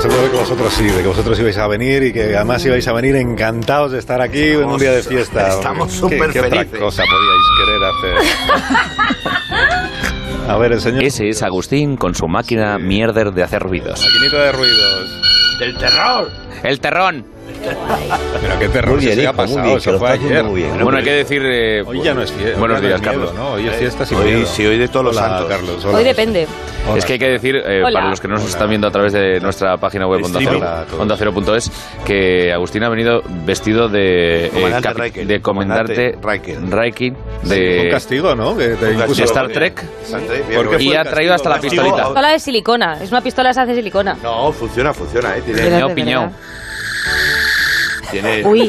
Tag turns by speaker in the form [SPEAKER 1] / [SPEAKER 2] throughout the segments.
[SPEAKER 1] seguro que vosotros sí, de que vosotros ibais a venir y que además ibais a venir encantados de estar aquí en un día de fiesta.
[SPEAKER 2] Estamos
[SPEAKER 1] ¿Qué-
[SPEAKER 2] súper
[SPEAKER 1] ¿Qué otra
[SPEAKER 2] felices.
[SPEAKER 1] cosa podíais querer hacer? A ver, el señor...
[SPEAKER 3] Ese es Agustín con su máquina mierder de hacer ruidos.
[SPEAKER 1] Maquinita de ruidos.
[SPEAKER 2] ¡Del terror!
[SPEAKER 3] ¡El terrón!
[SPEAKER 1] Pero qué terror
[SPEAKER 4] Muy bien,
[SPEAKER 1] si se ha
[SPEAKER 4] hijo, muy
[SPEAKER 1] pasado,
[SPEAKER 4] bien, que
[SPEAKER 1] eso
[SPEAKER 4] lo
[SPEAKER 1] fue
[SPEAKER 4] está haciendo
[SPEAKER 1] ayer.
[SPEAKER 4] muy bien.
[SPEAKER 3] Bueno, hay que decir... eh,
[SPEAKER 1] Hoy ya no es fiesta.
[SPEAKER 3] Buenos
[SPEAKER 1] hoy ya
[SPEAKER 3] días,
[SPEAKER 1] no es miedo,
[SPEAKER 3] Carlos. Eh,
[SPEAKER 1] ¿no? Hoy es fiesta sin
[SPEAKER 2] Hoy
[SPEAKER 1] miedo.
[SPEAKER 2] sí, hoy de todos los
[SPEAKER 1] Hola,
[SPEAKER 2] santos.
[SPEAKER 1] Carlos. hola.
[SPEAKER 5] Hoy depende.
[SPEAKER 1] Hola.
[SPEAKER 3] Es que hay que decir, eh,
[SPEAKER 5] Hola.
[SPEAKER 3] para los que no nos están viendo a través de nuestra página web Onda
[SPEAKER 1] Streaming.
[SPEAKER 3] Cero,
[SPEAKER 1] Hola a todos.
[SPEAKER 3] Onda Cero.es, que Agustín ha venido vestido de... eh,
[SPEAKER 2] Comandante
[SPEAKER 3] capi-
[SPEAKER 2] Riker.
[SPEAKER 3] de comandante
[SPEAKER 2] Comandante Riker.
[SPEAKER 3] Riker
[SPEAKER 2] Eh,
[SPEAKER 1] Un
[SPEAKER 3] de,
[SPEAKER 1] castigo, ¿no? Que te
[SPEAKER 2] Un
[SPEAKER 1] impuso-
[SPEAKER 3] de Star Trek
[SPEAKER 1] ¿Por qué
[SPEAKER 3] y
[SPEAKER 1] fue
[SPEAKER 3] ha
[SPEAKER 1] el
[SPEAKER 3] traído hasta la
[SPEAKER 2] castigo?
[SPEAKER 3] pistolita.
[SPEAKER 2] Castigo.
[SPEAKER 5] Pistola de silicona. Es una pistola que se hace de silicona.
[SPEAKER 2] No, funciona, funciona, ¿eh? Tiene,
[SPEAKER 5] Pero es
[SPEAKER 3] Piñao,
[SPEAKER 5] de
[SPEAKER 3] piñao.
[SPEAKER 5] verdad.
[SPEAKER 2] tiene-
[SPEAKER 5] Uy.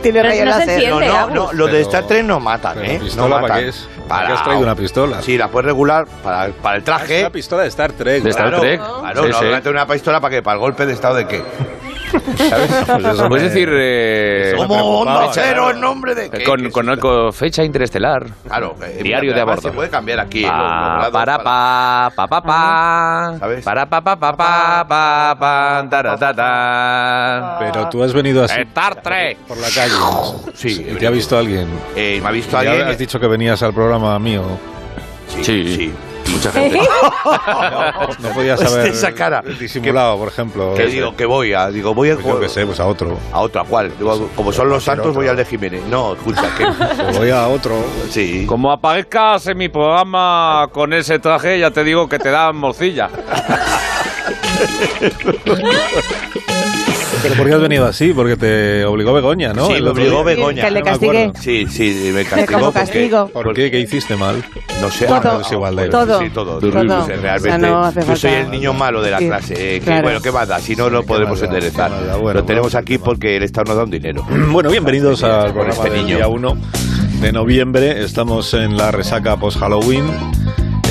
[SPEAKER 6] Tiene
[SPEAKER 5] Pero
[SPEAKER 6] rayo
[SPEAKER 5] no se
[SPEAKER 6] láser.
[SPEAKER 5] enciende.
[SPEAKER 2] No, no, no, los de
[SPEAKER 1] Pero-
[SPEAKER 2] Star Trek no matan,
[SPEAKER 1] pero
[SPEAKER 2] ¿eh?
[SPEAKER 1] pistola,
[SPEAKER 2] no
[SPEAKER 1] ¿para
[SPEAKER 2] matan.
[SPEAKER 1] qué es? ¿Para qué has traído una pistola?
[SPEAKER 2] Sí, la puedes regular para,
[SPEAKER 1] Ah,
[SPEAKER 2] para el
[SPEAKER 1] Es
[SPEAKER 2] traje.
[SPEAKER 1] una pistola de Star Trek.
[SPEAKER 3] De Star
[SPEAKER 1] Claro.
[SPEAKER 3] Trek.
[SPEAKER 2] Claro,
[SPEAKER 3] Sí,
[SPEAKER 2] no,
[SPEAKER 3] sí.
[SPEAKER 2] durante una pistola para qué, para el golpe de estado de qué.
[SPEAKER 1] Eh, ¿Sabes? Pues eso me-
[SPEAKER 3] Puedes decir... eh,
[SPEAKER 1] Eso me
[SPEAKER 2] ¿Cómo
[SPEAKER 1] preocupaba, claro.
[SPEAKER 2] onda cero en nombre de qué?
[SPEAKER 3] con,
[SPEAKER 2] ¿Qué
[SPEAKER 3] con,
[SPEAKER 2] es esto?
[SPEAKER 3] con fecha interestelar.
[SPEAKER 2] Claro, eh,
[SPEAKER 3] Diario
[SPEAKER 2] mira,
[SPEAKER 3] de a
[SPEAKER 2] además
[SPEAKER 3] bordo.
[SPEAKER 2] Se puede cambiar aquí. los- los
[SPEAKER 3] Pa,
[SPEAKER 2] lados
[SPEAKER 3] para pa pa pa pa
[SPEAKER 2] ¿Sabes?
[SPEAKER 3] para pa pa pa pa pa pa tara, ta, ta.
[SPEAKER 1] Pero tú has venido
[SPEAKER 2] Eh.
[SPEAKER 1] así
[SPEAKER 3] Star Trek
[SPEAKER 1] por la calle.
[SPEAKER 2] Sí,
[SPEAKER 1] ¿Y te ha visto alguien?
[SPEAKER 2] Eh, me ha visto
[SPEAKER 1] Ya
[SPEAKER 2] alguien.
[SPEAKER 1] has dicho que venías al programa mío.
[SPEAKER 2] Sí,
[SPEAKER 3] Sí.
[SPEAKER 2] sí. Mucha gente.
[SPEAKER 1] No podías
[SPEAKER 2] Hostia,
[SPEAKER 1] haber
[SPEAKER 2] esa cara.
[SPEAKER 1] disimulado, por ejemplo.
[SPEAKER 2] que digo que voy a, digo voy al
[SPEAKER 1] Pues yo
[SPEAKER 2] juego.
[SPEAKER 1] qué sé, pues a otro.
[SPEAKER 2] A otra, ¿cuál? Digo, como son los santos, voy al de Jiménez. No, escucha, que.
[SPEAKER 1] Pues voy a otro.
[SPEAKER 2] Sí.
[SPEAKER 3] como aparezcas en mi programa con ese traje ya te digo que te dan morcilla
[SPEAKER 1] Pero ¿por qué has venido así? Porque te obligó Begoña, ¿no?
[SPEAKER 2] Sí,
[SPEAKER 1] El
[SPEAKER 2] me
[SPEAKER 1] otro
[SPEAKER 2] obligó
[SPEAKER 1] día.
[SPEAKER 2] Begoña.
[SPEAKER 6] Que le
[SPEAKER 1] No me
[SPEAKER 6] castigue.
[SPEAKER 1] acuerdo.
[SPEAKER 2] Sí, sí, me castigó.
[SPEAKER 6] Como
[SPEAKER 2] porque-
[SPEAKER 6] castigo.
[SPEAKER 1] ¿Por qué? ¿Qué hiciste mal? Ah,
[SPEAKER 2] No sé,
[SPEAKER 6] Todo.
[SPEAKER 2] no sé, igual de-
[SPEAKER 6] Todo.
[SPEAKER 2] Sí, todo.
[SPEAKER 6] Todo.
[SPEAKER 2] No sé, realmente,
[SPEAKER 6] O sea, no hace
[SPEAKER 2] yo soy
[SPEAKER 6] falta.
[SPEAKER 2] el niño malo de la
[SPEAKER 6] Sí,
[SPEAKER 2] clase. eh, que,
[SPEAKER 6] claro.
[SPEAKER 2] Bueno, ¿qué más da? Si no, lo
[SPEAKER 1] qué
[SPEAKER 2] podemos
[SPEAKER 1] más da,
[SPEAKER 2] enderezar.
[SPEAKER 1] qué más da. Bueno,
[SPEAKER 2] lo tenemos
[SPEAKER 1] bueno,
[SPEAKER 2] aquí
[SPEAKER 1] qué más.
[SPEAKER 2] porque el Estado nos da un dinero.
[SPEAKER 1] Bueno, bienvenidos al
[SPEAKER 2] Por
[SPEAKER 1] programa
[SPEAKER 2] este
[SPEAKER 1] del
[SPEAKER 2] niño.
[SPEAKER 1] día 1 de noviembre. Estamos en la resaca post-Halloween.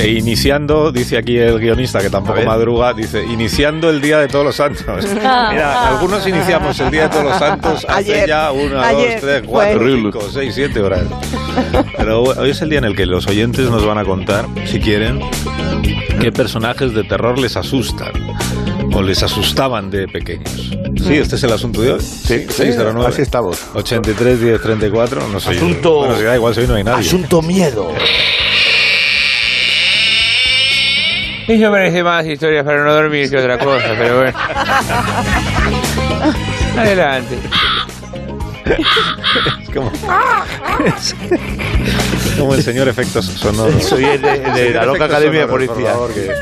[SPEAKER 1] E iniciando, dice aquí el guionista que
[SPEAKER 2] A
[SPEAKER 1] tampoco
[SPEAKER 2] ver.
[SPEAKER 1] madruga, dice, iniciando el Día de Todos los Santos. Mira, algunos iniciamos el Día de Todos los Santos hace
[SPEAKER 6] Ah. Ayer.
[SPEAKER 1] ya una,
[SPEAKER 6] Ayer
[SPEAKER 1] dos, tres,
[SPEAKER 6] fue.
[SPEAKER 1] cuatro,
[SPEAKER 3] Horrible.
[SPEAKER 1] cinco, seis, siete horas. Pero hoy es el día en el que los oyentes nos van a contar, si quieren, qué personajes de terror les asustan o les asustaban de pequeños. Sí, este es el asunto de hoy. Sí,
[SPEAKER 2] así estamos.
[SPEAKER 1] 83 10 34, no sé.
[SPEAKER 2] Asunto-
[SPEAKER 1] Bueno, si da igual, si hoy no hay nadie.
[SPEAKER 2] Asunto miedo.
[SPEAKER 3] y yo merecí más historias para no dormir que otra cosa pero bueno adelante
[SPEAKER 1] Es como, es como el señor efectos sonoros.
[SPEAKER 2] Soy el de, el de la loca academia de policía.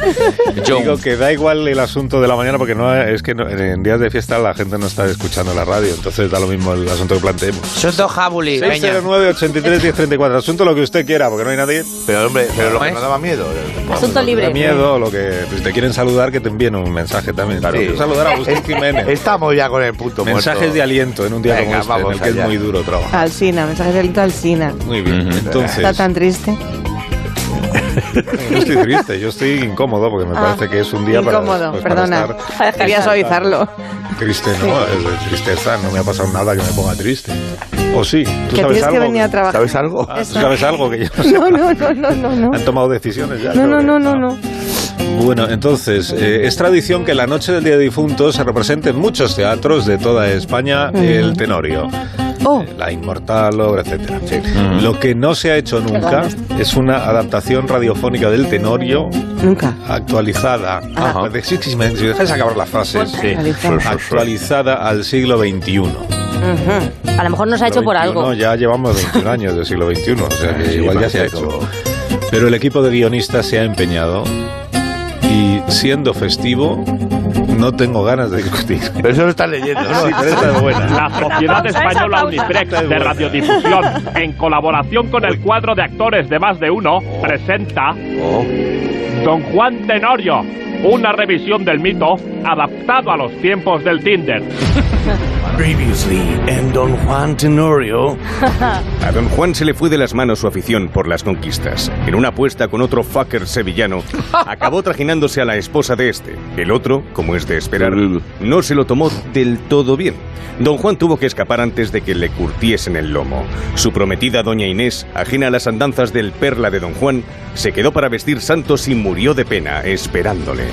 [SPEAKER 1] Digo que da igual el asunto de la mañana porque no es que no- en días de fiesta la gente no está escuchando la radio, entonces da lo mismo el asunto que planteemos.
[SPEAKER 3] son dos jabulis
[SPEAKER 1] 609 83 10 34, asunto lo que usted quiera porque no hay nadie.
[SPEAKER 2] Pero hombre, pero lo
[SPEAKER 3] ¿Cómo
[SPEAKER 2] que
[SPEAKER 3] es?
[SPEAKER 2] nos daba miedo. eh,
[SPEAKER 5] Asunto
[SPEAKER 1] Te da
[SPEAKER 5] libre.
[SPEAKER 1] miedo, lo que pues, si te quieren saludar que te envíen un mensaje también.
[SPEAKER 2] Claro.
[SPEAKER 1] Quiero saludar a Agustín Jiménez.
[SPEAKER 2] Estamos ya con el punto
[SPEAKER 1] Mensajes
[SPEAKER 2] muerto.
[SPEAKER 1] de aliento en un día como
[SPEAKER 2] Venga,
[SPEAKER 1] este, en
[SPEAKER 2] vamos
[SPEAKER 1] el que
[SPEAKER 2] allá.
[SPEAKER 1] es muy duro trabajar.
[SPEAKER 6] Alsina, mensajes de aliento Alsina.
[SPEAKER 1] Muy bien.
[SPEAKER 3] Ujú.
[SPEAKER 1] Entonces,
[SPEAKER 6] Está tan triste.
[SPEAKER 1] yo no estoy triste, yo estoy incómodo porque me
[SPEAKER 6] Ah,
[SPEAKER 1] parece que es un día para,
[SPEAKER 6] Incómodo,
[SPEAKER 1] pues, para
[SPEAKER 6] perdona.
[SPEAKER 1] estar
[SPEAKER 6] Quería suavizarlo.
[SPEAKER 1] triste, ¿no? Es de tristeza, no me ha pasado nada que me ponga triste. O sí, tú
[SPEAKER 6] Que
[SPEAKER 1] sabes
[SPEAKER 6] tienes
[SPEAKER 1] algo.
[SPEAKER 6] que venir a trabajar.
[SPEAKER 2] ¿Sabes algo?
[SPEAKER 1] Ah, ¿tú sabes algo que yo no sé?
[SPEAKER 6] No, no, no, no, no. No,
[SPEAKER 1] Han tomado decisiones ya.
[SPEAKER 6] no,
[SPEAKER 1] sobre-
[SPEAKER 6] no, no, no. no.
[SPEAKER 1] Bueno, entonces, eh, es tradición que la noche del Día de Difuntos se represente en muchos teatros de toda España el Tenorio.
[SPEAKER 6] Oh,
[SPEAKER 1] eh, La Inmortal, obra, etcétera. Lo que no se ha hecho nunca es una adaptación radiofónica del Tenorio
[SPEAKER 6] nunca.
[SPEAKER 1] actualizada.
[SPEAKER 3] Ajá.
[SPEAKER 1] Pues, sí, sí, me- Si dejáis acabar las frases.
[SPEAKER 6] Actualizada.
[SPEAKER 1] Actualizada al siglo XXI.
[SPEAKER 6] Ujú.
[SPEAKER 5] A lo mejor nos ha hecho por algo.
[SPEAKER 1] No, ya llevamos 21 años del siglo XXI, o sea que
[SPEAKER 2] Sí,
[SPEAKER 1] igual ya se ha
[SPEAKER 2] parece
[SPEAKER 1] hecho.
[SPEAKER 2] como-
[SPEAKER 1] Pero el equipo de guionistas se ha empeñado y siendo festivo, no tengo ganas de discutir.
[SPEAKER 2] Pero eso lo estás leyendo, ¿no?
[SPEAKER 1] Sí, pero esta es buena.
[SPEAKER 7] La Sociedad
[SPEAKER 5] pausa, esa
[SPEAKER 7] Española
[SPEAKER 5] pausa.
[SPEAKER 7] Uniprec
[SPEAKER 1] Esta es
[SPEAKER 7] de
[SPEAKER 1] buena.
[SPEAKER 7] Radiodifusión, en colaboración con el cuadro de actores de más de uno,
[SPEAKER 1] Oh.
[SPEAKER 7] presenta Don Juan Tenorio, una revisión del mito adaptado a los tiempos del Tinder.
[SPEAKER 8] Previously en Don Juan Tenorio.
[SPEAKER 9] A don Juan se le fue de las manos su afición por las conquistas. En una apuesta con otro fucker sevillano, acabó trajinándose a la esposa de este. El otro, como es de esperar, no se lo tomó del todo bien. Don Juan tuvo que escapar antes de que le curtiesen el lomo. Su prometida doña Inés, ajena a las andanzas del perla de don Juan, se quedó para vestir santos y murió de pena, esperándole.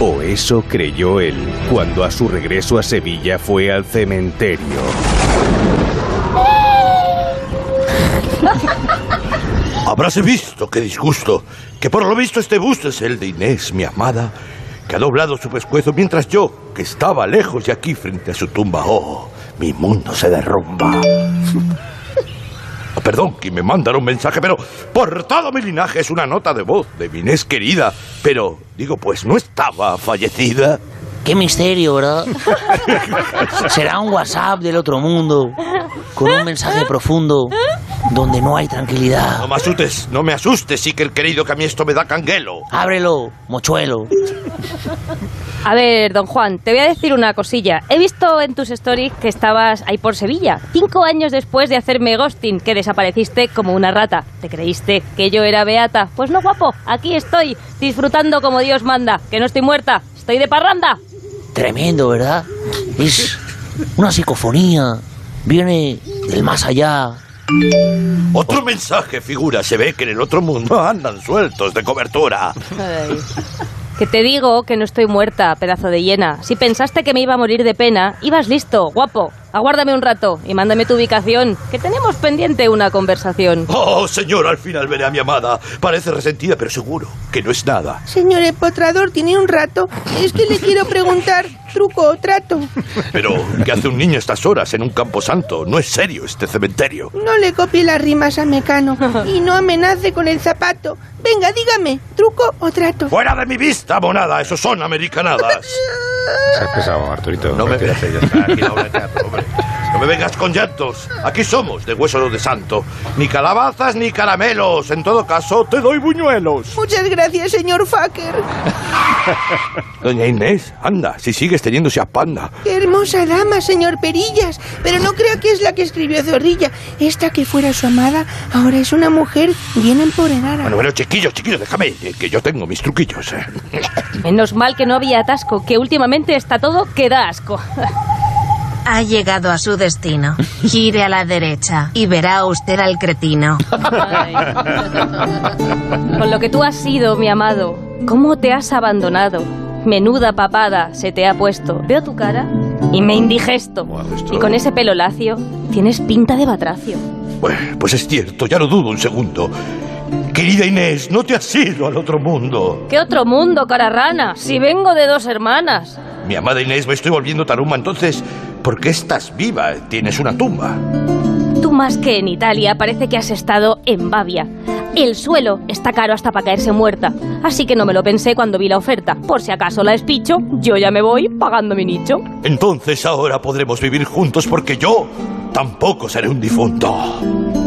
[SPEAKER 9] O eso creyó él cuando a su regreso a Sevilla fue al cementerio.
[SPEAKER 2] Habrás visto, qué disgusto, que por lo visto este busto es el de Inés, mi amada, que ha doblado su pescuezo mientras yo, que estaba lejos de aquí frente a su tumba, oh, mi mundo se derrumba. Ah, Perdón, que me mandan un mensaje, pero por todo mi linaje es una nota de voz de mi Inés querida. Pero, digo, pues no estaba fallecida.
[SPEAKER 4] Qué misterio, ¿verdad? Será un WhatsApp del otro mundo, con un mensaje profundo, donde no hay tranquilidad.
[SPEAKER 2] No me asustes, no me asustes, sí que el querido que a mí esto me da canguelo.
[SPEAKER 4] Ábrelo, mochuelo.
[SPEAKER 5] A ver, don Juan, te voy a decir una cosilla. He visto en tus stories que estabas ahí por Sevilla, cinco años después de hacerme ghosting, que desapareciste como una rata. ¿Te creíste que yo era beata? Pues no, guapo, aquí estoy, disfrutando como Dios manda, que no estoy muerta, estoy de parranda.
[SPEAKER 4] Tremendo, ¿verdad? Es una psicofonía. Viene del más allá.
[SPEAKER 2] Otro mensaje, figura. Se ve que en el otro mundo andan sueltos de cobertura.
[SPEAKER 5] Ay. Que te digo que no estoy muerta, pedazo de hiena. Si pensaste que me iba a morir de pena, ibas listo, guapo. Aguárdame un rato y mándame tu ubicación, que tenemos pendiente una conversación.
[SPEAKER 2] Oh, señor, al final veré a mi amada. Parece resentida, pero seguro que no es nada.
[SPEAKER 10] Señor empotrador, tiene un rato. Es que le quiero preguntar, truco o trato.
[SPEAKER 2] Pero, ¿qué hace un niño a estas horas en un camposanto? No es serio este cementerio.
[SPEAKER 10] No le copie las rimas a Mecano y no amenace con el zapato. Venga, dígame, truco o trato.
[SPEAKER 2] ¡Fuera de mi vista, monada! ¡Esos son americanadas!
[SPEAKER 1] Se ha pesado, Arturito.
[SPEAKER 2] No me
[SPEAKER 1] retírate,
[SPEAKER 2] veas.
[SPEAKER 1] ya está.
[SPEAKER 2] Aquí la hora de teatro, hombre. No me vengas con llantos. Aquí somos de hueso de santo. Ni calabazas ni caramelos. En todo caso, te doy buñuelos.
[SPEAKER 10] Muchas gracias, señor Fucker.
[SPEAKER 2] Doña Inés, anda, si sigues teniéndose a panda.
[SPEAKER 10] Qué hermosa dama, señor Perillas. Pero no creo que es la que escribió Zorrilla. Esta que fuera su amada, ahora es una mujer bien empoderada.
[SPEAKER 2] Bueno, bueno, chiquillos, chiquillos, déjame, eh, que yo tengo mis truquillos. eh.
[SPEAKER 5] Menos mal que no había atasco, que últimamente está todo que da asco.
[SPEAKER 11] Ha llegado a su destino. Gire a la derecha y verá usted al cretino.
[SPEAKER 5] Ay. Con lo que tú has sido, mi amado, ¿cómo te has abandonado? Menuda papada se te ha puesto. Veo tu cara y me indigesto.
[SPEAKER 2] Guau, esto-
[SPEAKER 5] Y con ese pelo lacio, tienes pinta de batracio.
[SPEAKER 2] Bueno, pues es cierto, ya no dudo un segundo. Querida Inés, no te has ido al otro mundo.
[SPEAKER 5] ¿Qué otro mundo, cara rana? Si vengo de dos hermanas.
[SPEAKER 2] Mi amada Inés, me estoy volviendo tarumba, entonces, ¿por qué estás viva? Tienes una tumba.
[SPEAKER 5] Tú más que en Italia parece que has estado en Bavia. El suelo está caro hasta para caerse muerta, así que no me lo pensé cuando vi la oferta. Por si acaso la despicho, yo ya me voy pagando mi nicho.
[SPEAKER 2] Entonces ahora podremos vivir juntos porque yo tampoco seré un difunto.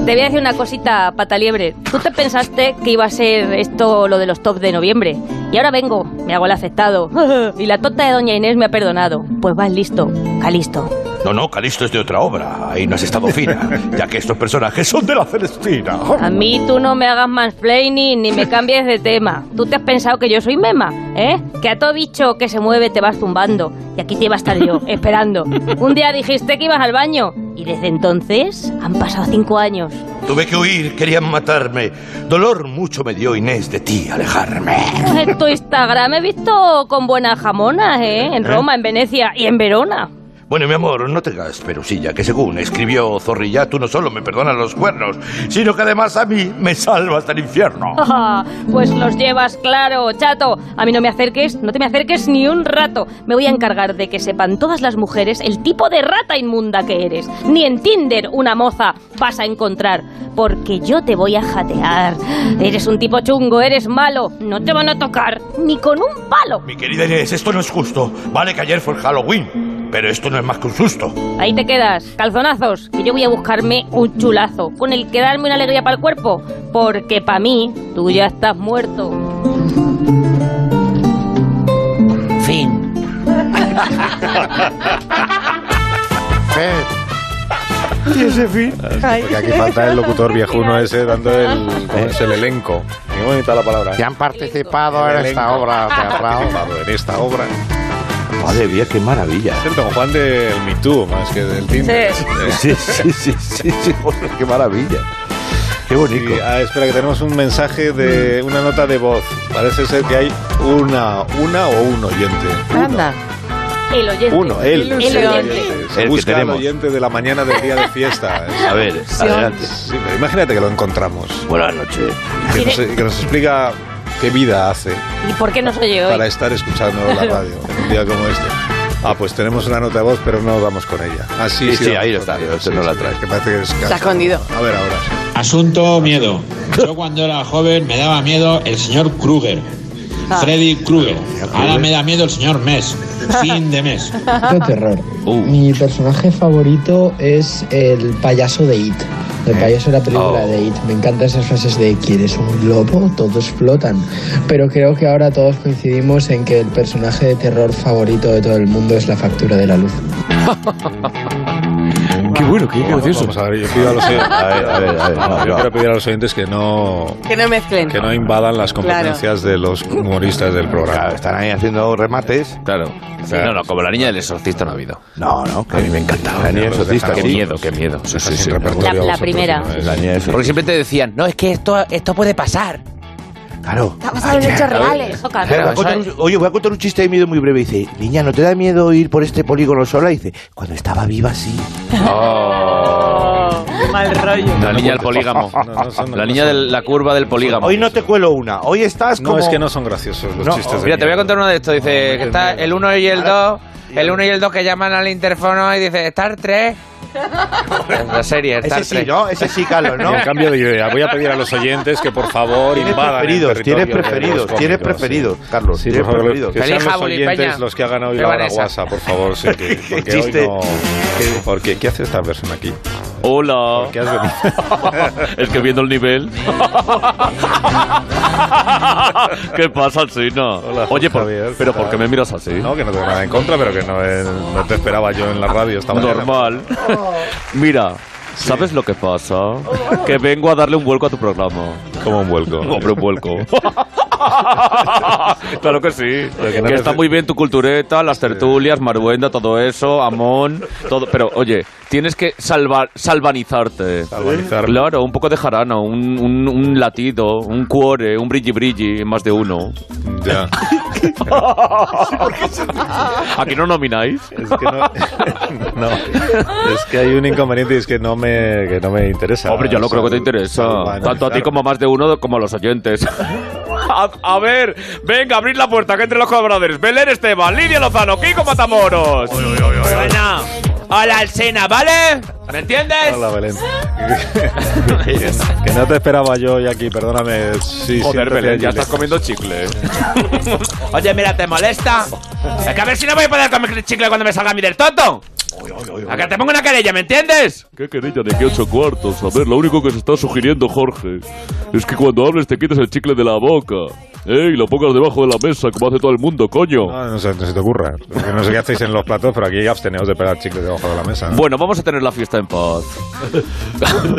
[SPEAKER 5] Te voy a decir una cosita, pataliebre. Tú te pensaste que iba a ser esto lo de los top de noviembre. Y ahora vengo, me hago el afectado. y la tonta de doña Inés me ha perdonado. Pues vas listo, calisto.
[SPEAKER 2] No, no, Calisto es de otra obra. Ahí no has estado fina, ya que estos personajes son de la Celestina.
[SPEAKER 5] A mí tú no me hagas mansplaining ni me cambies de tema. Tú te has pensado que yo soy mema, ¿eh? Que a todo bicho que se mueve te vas zumbando. Y aquí te iba a estar yo, esperando. Un día dijiste que ibas al baño. Y desde entonces han pasado cinco años.
[SPEAKER 2] Tuve que huir, querían matarme. Dolor mucho me dio Inés de ti alejarme.
[SPEAKER 5] Pues En tu Instagram he visto con buenas jamonas, ¿eh? En Roma, en Venecia y en Verona.
[SPEAKER 2] Bueno, mi amor, no tengas perusilla, que según escribió Zorrilla, tú no solo me perdonas los cuernos, sino que además a mí me salvas del infierno.
[SPEAKER 5] Pues los llevas claro, chato. A mí no me acerques, no te me acerques ni un rato. Me voy a encargar de que sepan todas las mujeres el tipo de rata inmunda que eres. Ni en Tinder una moza vas a encontrar, porque yo te voy a jatear. Eres un tipo chungo, eres malo. No te van a tocar ni con un palo.
[SPEAKER 2] Mi querida Inés, esto no es justo. Vale que ayer fue el Halloween, pero esto no es más que un susto.
[SPEAKER 5] Ahí te quedas, calzonazos, que yo voy a buscarme un chulazo, con el que darme una alegría para el cuerpo, porque para mí tú ya estás muerto.
[SPEAKER 4] Fin.
[SPEAKER 1] Porque aquí falta el locutor viejuno ese dando el, ¿cómo es? el elenco. Qué bonita la palabra. ¿eh?
[SPEAKER 12] han participado
[SPEAKER 1] en esta
[SPEAKER 12] obra
[SPEAKER 1] Participado en esta obra.
[SPEAKER 2] Madre mía, qué maravilla.
[SPEAKER 1] Es don Juan del Me Too, más que del Tinder.
[SPEAKER 5] Sí.
[SPEAKER 2] Sí, sí, sí, sí, sí, qué maravilla. Qué bonito.
[SPEAKER 1] ah, espera, que tenemos un mensaje de una nota de voz. Parece ser que hay una, una o un oyente.
[SPEAKER 12] Anda.
[SPEAKER 13] El oyente.
[SPEAKER 1] Uno, él.
[SPEAKER 13] Ah. El
[SPEAKER 1] Sí,
[SPEAKER 13] oyente.
[SPEAKER 1] Se
[SPEAKER 2] El que
[SPEAKER 1] busca al
[SPEAKER 2] tenemos.
[SPEAKER 1] oyente de la mañana del día de fiesta.
[SPEAKER 2] A ver, adelante.
[SPEAKER 1] Sí, pero imagínate que lo encontramos.
[SPEAKER 2] Buenas noches.
[SPEAKER 1] Que nos, que nos explica qué vida hace
[SPEAKER 13] ¿Y por qué nos oye
[SPEAKER 1] para
[SPEAKER 13] hoy?
[SPEAKER 1] estar escuchando la radio un día como este. Ah, pues tenemos una nota de voz, pero no vamos con ella. Así
[SPEAKER 2] Sí, sí, ahí está, usted no la trae.
[SPEAKER 1] Que parece que es
[SPEAKER 12] Está escondido.
[SPEAKER 1] A ver ahora. sí.
[SPEAKER 7] Asunto miedo. Yo cuando era joven me daba miedo el señor Kruger.
[SPEAKER 12] Ah.
[SPEAKER 7] Freddy Krueger. Ahora me da miedo el señor Mes. Fin de mes.
[SPEAKER 14] Qué terror. Mi personaje favorito es el payaso de It. El payaso de la película de It. Me encantan esas frases de ¿Quieres un globo? Todos flotan. Pero creo que ahora todos coincidimos en que el personaje de terror favorito de todo el mundo es la factura de la luz.
[SPEAKER 1] Qué bueno, qué gracioso. Vamos a ver, yo pido a los oyentes, a ver, a ver, a ver, no, yo quiero pedir a los oyentes que no
[SPEAKER 12] Que no mezclen.
[SPEAKER 1] que no invadan las competencias de los humoristas del programa.
[SPEAKER 2] están ahí haciendo remates.
[SPEAKER 3] Claro. No, no, como la niña del exorcista no ha habido.
[SPEAKER 2] No, no, que a mí me encantaba. La niña
[SPEAKER 3] Los
[SPEAKER 2] exorcista,
[SPEAKER 3] dejamos- Qué
[SPEAKER 2] sí.
[SPEAKER 3] miedo, qué miedo. Sí, sí, sí.
[SPEAKER 13] La, la primera.
[SPEAKER 2] La niña
[SPEAKER 3] Porque
[SPEAKER 2] exorcista.
[SPEAKER 3] siempre te decían, no, es que esto, esto puede pasar.
[SPEAKER 2] Claro.
[SPEAKER 13] Está basado en hechos reales. Oca.
[SPEAKER 2] Claro, voy a contar un- oye, voy a contar un chiste de miedo muy breve. Dice, niña, ¿no te da miedo ir por este polígono sola? Dice, cuando estaba viva, sí.
[SPEAKER 12] Mal rollo.
[SPEAKER 3] La niña del polígamo. La niña de la curva del polígamo.
[SPEAKER 2] Hoy no te cuelo una. Hoy estás
[SPEAKER 1] No,
[SPEAKER 2] como...
[SPEAKER 1] es que no son graciosos los
[SPEAKER 2] No,
[SPEAKER 1] chistes de
[SPEAKER 3] Mira, te voy a
[SPEAKER 1] miedo.
[SPEAKER 3] contar uno de estos. Dice que está el 1 y el 2. El 1 y el 2 que llaman al interfono y dice Star 3. La serie, Star
[SPEAKER 2] Ese
[SPEAKER 3] 3.
[SPEAKER 2] sí, ¿no? Ese sí, Carlos, ¿no?
[SPEAKER 1] Me cambio de idea. Voy a pedir a los oyentes que por favor
[SPEAKER 2] Tienes
[SPEAKER 1] invadan. el
[SPEAKER 2] preferidos,
[SPEAKER 1] territorio
[SPEAKER 2] tienes
[SPEAKER 1] de los
[SPEAKER 2] preferidos,
[SPEAKER 1] cómicos,
[SPEAKER 2] tienes
[SPEAKER 1] sí.
[SPEAKER 2] preferidos, Carlos.
[SPEAKER 1] Sí,
[SPEAKER 2] tienes
[SPEAKER 1] por favor,
[SPEAKER 2] preferidos.
[SPEAKER 1] que sean
[SPEAKER 3] Feliz
[SPEAKER 1] los
[SPEAKER 3] Jabuli,
[SPEAKER 1] oyentes
[SPEAKER 3] Peña.
[SPEAKER 1] los que hagan hoy
[SPEAKER 3] Qué
[SPEAKER 1] la hora
[SPEAKER 3] Vanessa.
[SPEAKER 1] guasa, por favor. sí, que- porque hoy
[SPEAKER 2] chiste.
[SPEAKER 1] no- porque, ¿Qué hace esta persona aquí?
[SPEAKER 3] Hola.
[SPEAKER 1] ¿Por qué has venido?
[SPEAKER 3] Es que viendo el nivel. ¿Qué pasa, China?
[SPEAKER 1] Hola, Javier, ¿qué tal?
[SPEAKER 3] miras así?
[SPEAKER 1] No, que no tengo nada en contra, pero que no, eh, no te esperaba yo en la radio esta mañana.
[SPEAKER 3] Normal. Mira, ¿sabes lo que pasa? Que vengo a darle un vuelco a tu programa.
[SPEAKER 1] Como un vuelco.
[SPEAKER 3] Hombre, un vuelco. claro que sí.
[SPEAKER 1] que no
[SPEAKER 3] que
[SPEAKER 1] me-
[SPEAKER 3] está muy bien tu cultureta, las tertulias, Maruenda, todo eso, Amón, todo. Pero oye, tienes que salvar, salvanizarte.
[SPEAKER 1] Salvanizarme.
[SPEAKER 3] Claro, un poco de jarana, un, un, un latido, un cuore, un brilli brilli, más de uno.
[SPEAKER 1] Ya.
[SPEAKER 3] Aquí no nomináis.
[SPEAKER 1] Es que no, no. Es que hay un inconveniente y es que no me, que no me interesa.
[SPEAKER 3] Hombre, yo no creo que te interesa.
[SPEAKER 1] Salvanizarme.
[SPEAKER 3] Tanto a ti como a más de uno, como a los oyentes. A, a ver, venga, abrid la puerta, que entre los colaboradores. Belén Esteban, Lidia Lozano, Kiko Matamoros. Buena. Hola, Alcena, ¿vale? ¿Me entiendes?
[SPEAKER 1] Hola, Belén. que no te esperaba yo hoy aquí, perdóname. Sí,
[SPEAKER 3] Joder,
[SPEAKER 1] siéntate
[SPEAKER 3] Belén,
[SPEAKER 1] allí.
[SPEAKER 3] ya estás comiendo chicle. ¿eh? Oye, mira, ¿te molesta? Es que a ver si no voy a poder comer chicle cuando me salga a mí del tonto. A que te pongo una querella, ¿me entiendes?
[SPEAKER 15] ¿Qué querella de que ocho cuartos? A ver, lo único que se está sugiriendo, Jorge, es que cuando hables te quites el chicle de la boca. ¿eh? Y lo pongas debajo de la mesa, como hace todo el mundo, coño.
[SPEAKER 1] No, no, sé, no se te ocurra. Porque No sé qué hacéis en los platos, pero aquí absteneos de pegar chicle debajo de la mesa.
[SPEAKER 3] Bueno, vamos a tener la fiesta en paz.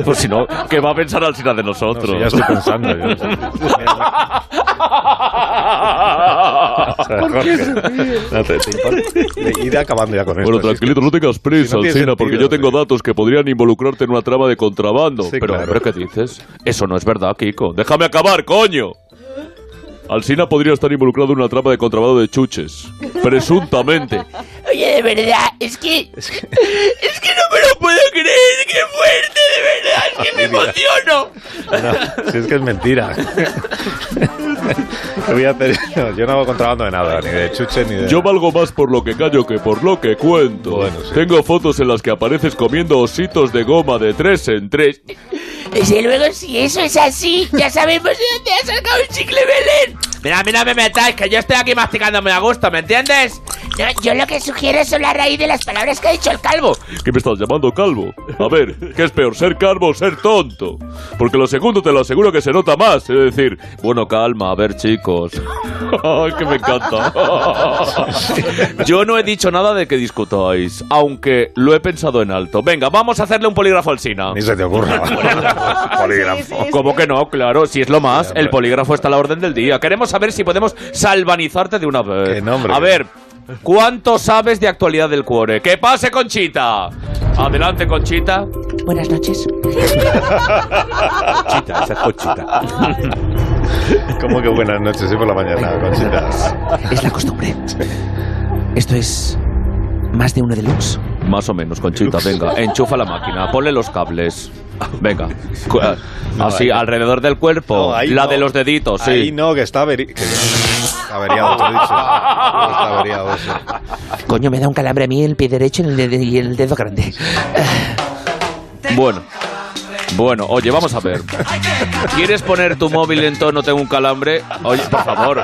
[SPEAKER 3] Por si no, que va a pensar Alcina de
[SPEAKER 1] No,
[SPEAKER 3] nosotros.
[SPEAKER 1] sí, ya estoy pensando. yo. O sea, Jorge, no te, te importa. Id acabando ya con
[SPEAKER 15] Bueno,
[SPEAKER 1] esto. si es que-
[SPEAKER 15] tranquilito, no tengas prisa,
[SPEAKER 1] no tiene
[SPEAKER 15] Alcina, porque yo
[SPEAKER 1] sentido,
[SPEAKER 15] tengo datos que podrían involucrarte en una trama de contrabando.
[SPEAKER 1] Sí,
[SPEAKER 15] pero,
[SPEAKER 1] claro.
[SPEAKER 15] hombre, ¿qué dices? Eso no es verdad, Kiko. Déjame acabar, coño. Alcina podría estar involucrado en una trama de contrabando de chuches. Presuntamente.
[SPEAKER 12] Oye, de verdad, es que. Es que, no me lo puedo creer. ¡Qué fuerte, de verdad! Es que me emociono.
[SPEAKER 1] No, si es que es mentira. ¿Qué voy a hacer? yo? Yo no hago contrabando de nada, ni de chuche ni de.
[SPEAKER 15] Yo valgo más por lo que callo que por lo que cuento.
[SPEAKER 1] Bueno, sí.
[SPEAKER 15] Tengo fotos en las que apareces comiendo ositos de goma de tres en tres.
[SPEAKER 12] Desde luego, si eso es así, ya sabemos de dónde ha sacado el chicle Belén.
[SPEAKER 3] Mira, mira, me metáis, que yo estoy aquí masticándome a gusto, ¿me entiendes?
[SPEAKER 12] No, yo lo que sugiero son la raíz de las palabras que ha dicho el calvo.
[SPEAKER 15] ¿Qué me estás llamando calvo? A ver, ¿qué es peor, ser calvo o ser tonto? Porque lo segundo te lo aseguro que se nota más. Es decir, bueno, calma, a ver, chicos. Ay, que me encanta.
[SPEAKER 3] Yo no he dicho nada de que discutáis, aunque lo he pensado en alto. Venga, vamos a hacerle un polígrafo al Sina.
[SPEAKER 1] Ni se te ocurra. Polígrafo.
[SPEAKER 3] Oh, ¿Cómo que no? Claro, si es lo más,
[SPEAKER 1] hombre.
[SPEAKER 3] el polígrafo está a la orden del día. Queremos saber si podemos salvanizarte de una vez.
[SPEAKER 1] Qué nombre.
[SPEAKER 3] A ver, ¿Cuánto sabes de actualidad del cuore? ¡Que pase, Conchita! Adelante, Conchita.
[SPEAKER 13] Buenas noches.
[SPEAKER 1] Conchita, esa es Conchita. ¿Cómo que buenas noches? Sí, por la mañana, Conchita.
[SPEAKER 13] Es la costumbre. Esto es más de uno deluxe.
[SPEAKER 3] Más o menos, Conchita, venga. Enchufa la máquina, ponle los cables. Venga. Cu- ah, Así, alrededor del cuerpo.
[SPEAKER 1] ahí
[SPEAKER 3] la
[SPEAKER 1] no.
[SPEAKER 3] de los deditos, sí.
[SPEAKER 1] Ahí no, que está averi- que está averiado. te he dicho. Está averiado eso.
[SPEAKER 13] Coño, me da un calambre a mí el pie derecho y el, dedo- y el dedo grande.
[SPEAKER 3] Bueno. Bueno, oye, vamos a ver. ¿Quieres poner tu móvil en tono tengo un calambre? Oye, por favor.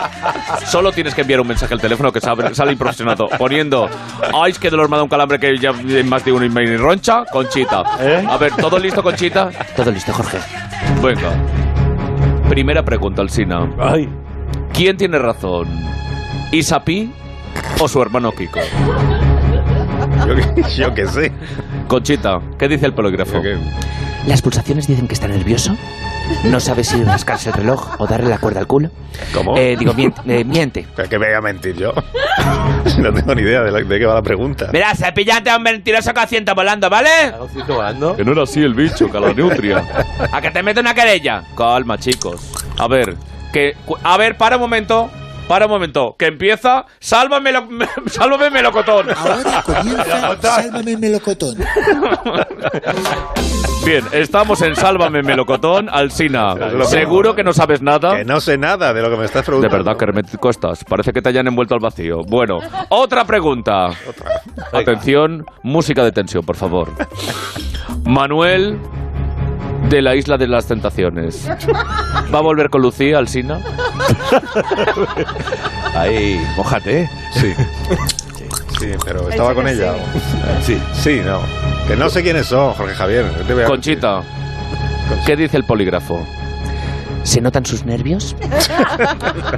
[SPEAKER 3] Solo tienes que enviar un mensaje al teléfono que sale, sale improvisionado. Poniendo, ay, es que dolor me da un calambre que ya hay más de uno y me roncha, Conchita. A ver, ¿todo listo, Conchita?
[SPEAKER 13] Todo listo, Jorge.
[SPEAKER 3] Venga. Primera pregunta, Alsina. Ay. ¿Quién tiene razón? ¿Isapi o su hermano Kiko? Yo,
[SPEAKER 1] que sé.
[SPEAKER 3] Conchita, ¿qué dice el polígrafo?
[SPEAKER 13] Las pulsaciones dicen que está nervioso. No sabe si rascarse el reloj o darle la cuerda al culo.
[SPEAKER 1] ¿Cómo?
[SPEAKER 13] Eh, digo, miente. eh, miente.
[SPEAKER 1] Pero que me voy a mentir yo. No tengo ni idea de, la- de qué va la pregunta.
[SPEAKER 3] Mira, se pillante a un mentiroso con ciento volando, ¿vale?
[SPEAKER 1] Que no era así el bicho,
[SPEAKER 3] Calanutria. ¿A que te mete una querella? Calma, chicos. A ver, que. cu- A ver, para un momento. Para un momento. Que empieza. Sálvame, lo- sálvame melocotón.
[SPEAKER 16] Sálvame el melocotón.
[SPEAKER 3] Bien, estamos en Sálvame Melocotón, Alsina.
[SPEAKER 1] lo
[SPEAKER 3] Seguro que no sabes nada. Que
[SPEAKER 1] no sé nada de lo que me estás preguntando.
[SPEAKER 3] De verdad que hermético estás. Parece que te hayan envuelto al vacío. Bueno, otra pregunta. Atención, música de tensión, por favor. Manuel de la Isla de las Tentaciones. ¿Va a volver con Lucía, Alsina?
[SPEAKER 2] Ahí, mojate, ¿eh? Sí.
[SPEAKER 1] Sí, pero estaba con ella.
[SPEAKER 2] Sí.
[SPEAKER 1] Sí, no. Que no sé quiénes son, Jorge Javier. yo te voy a-
[SPEAKER 3] Conchita, ¿qué dice el polígrafo?
[SPEAKER 13] ¿Se notan sus nervios?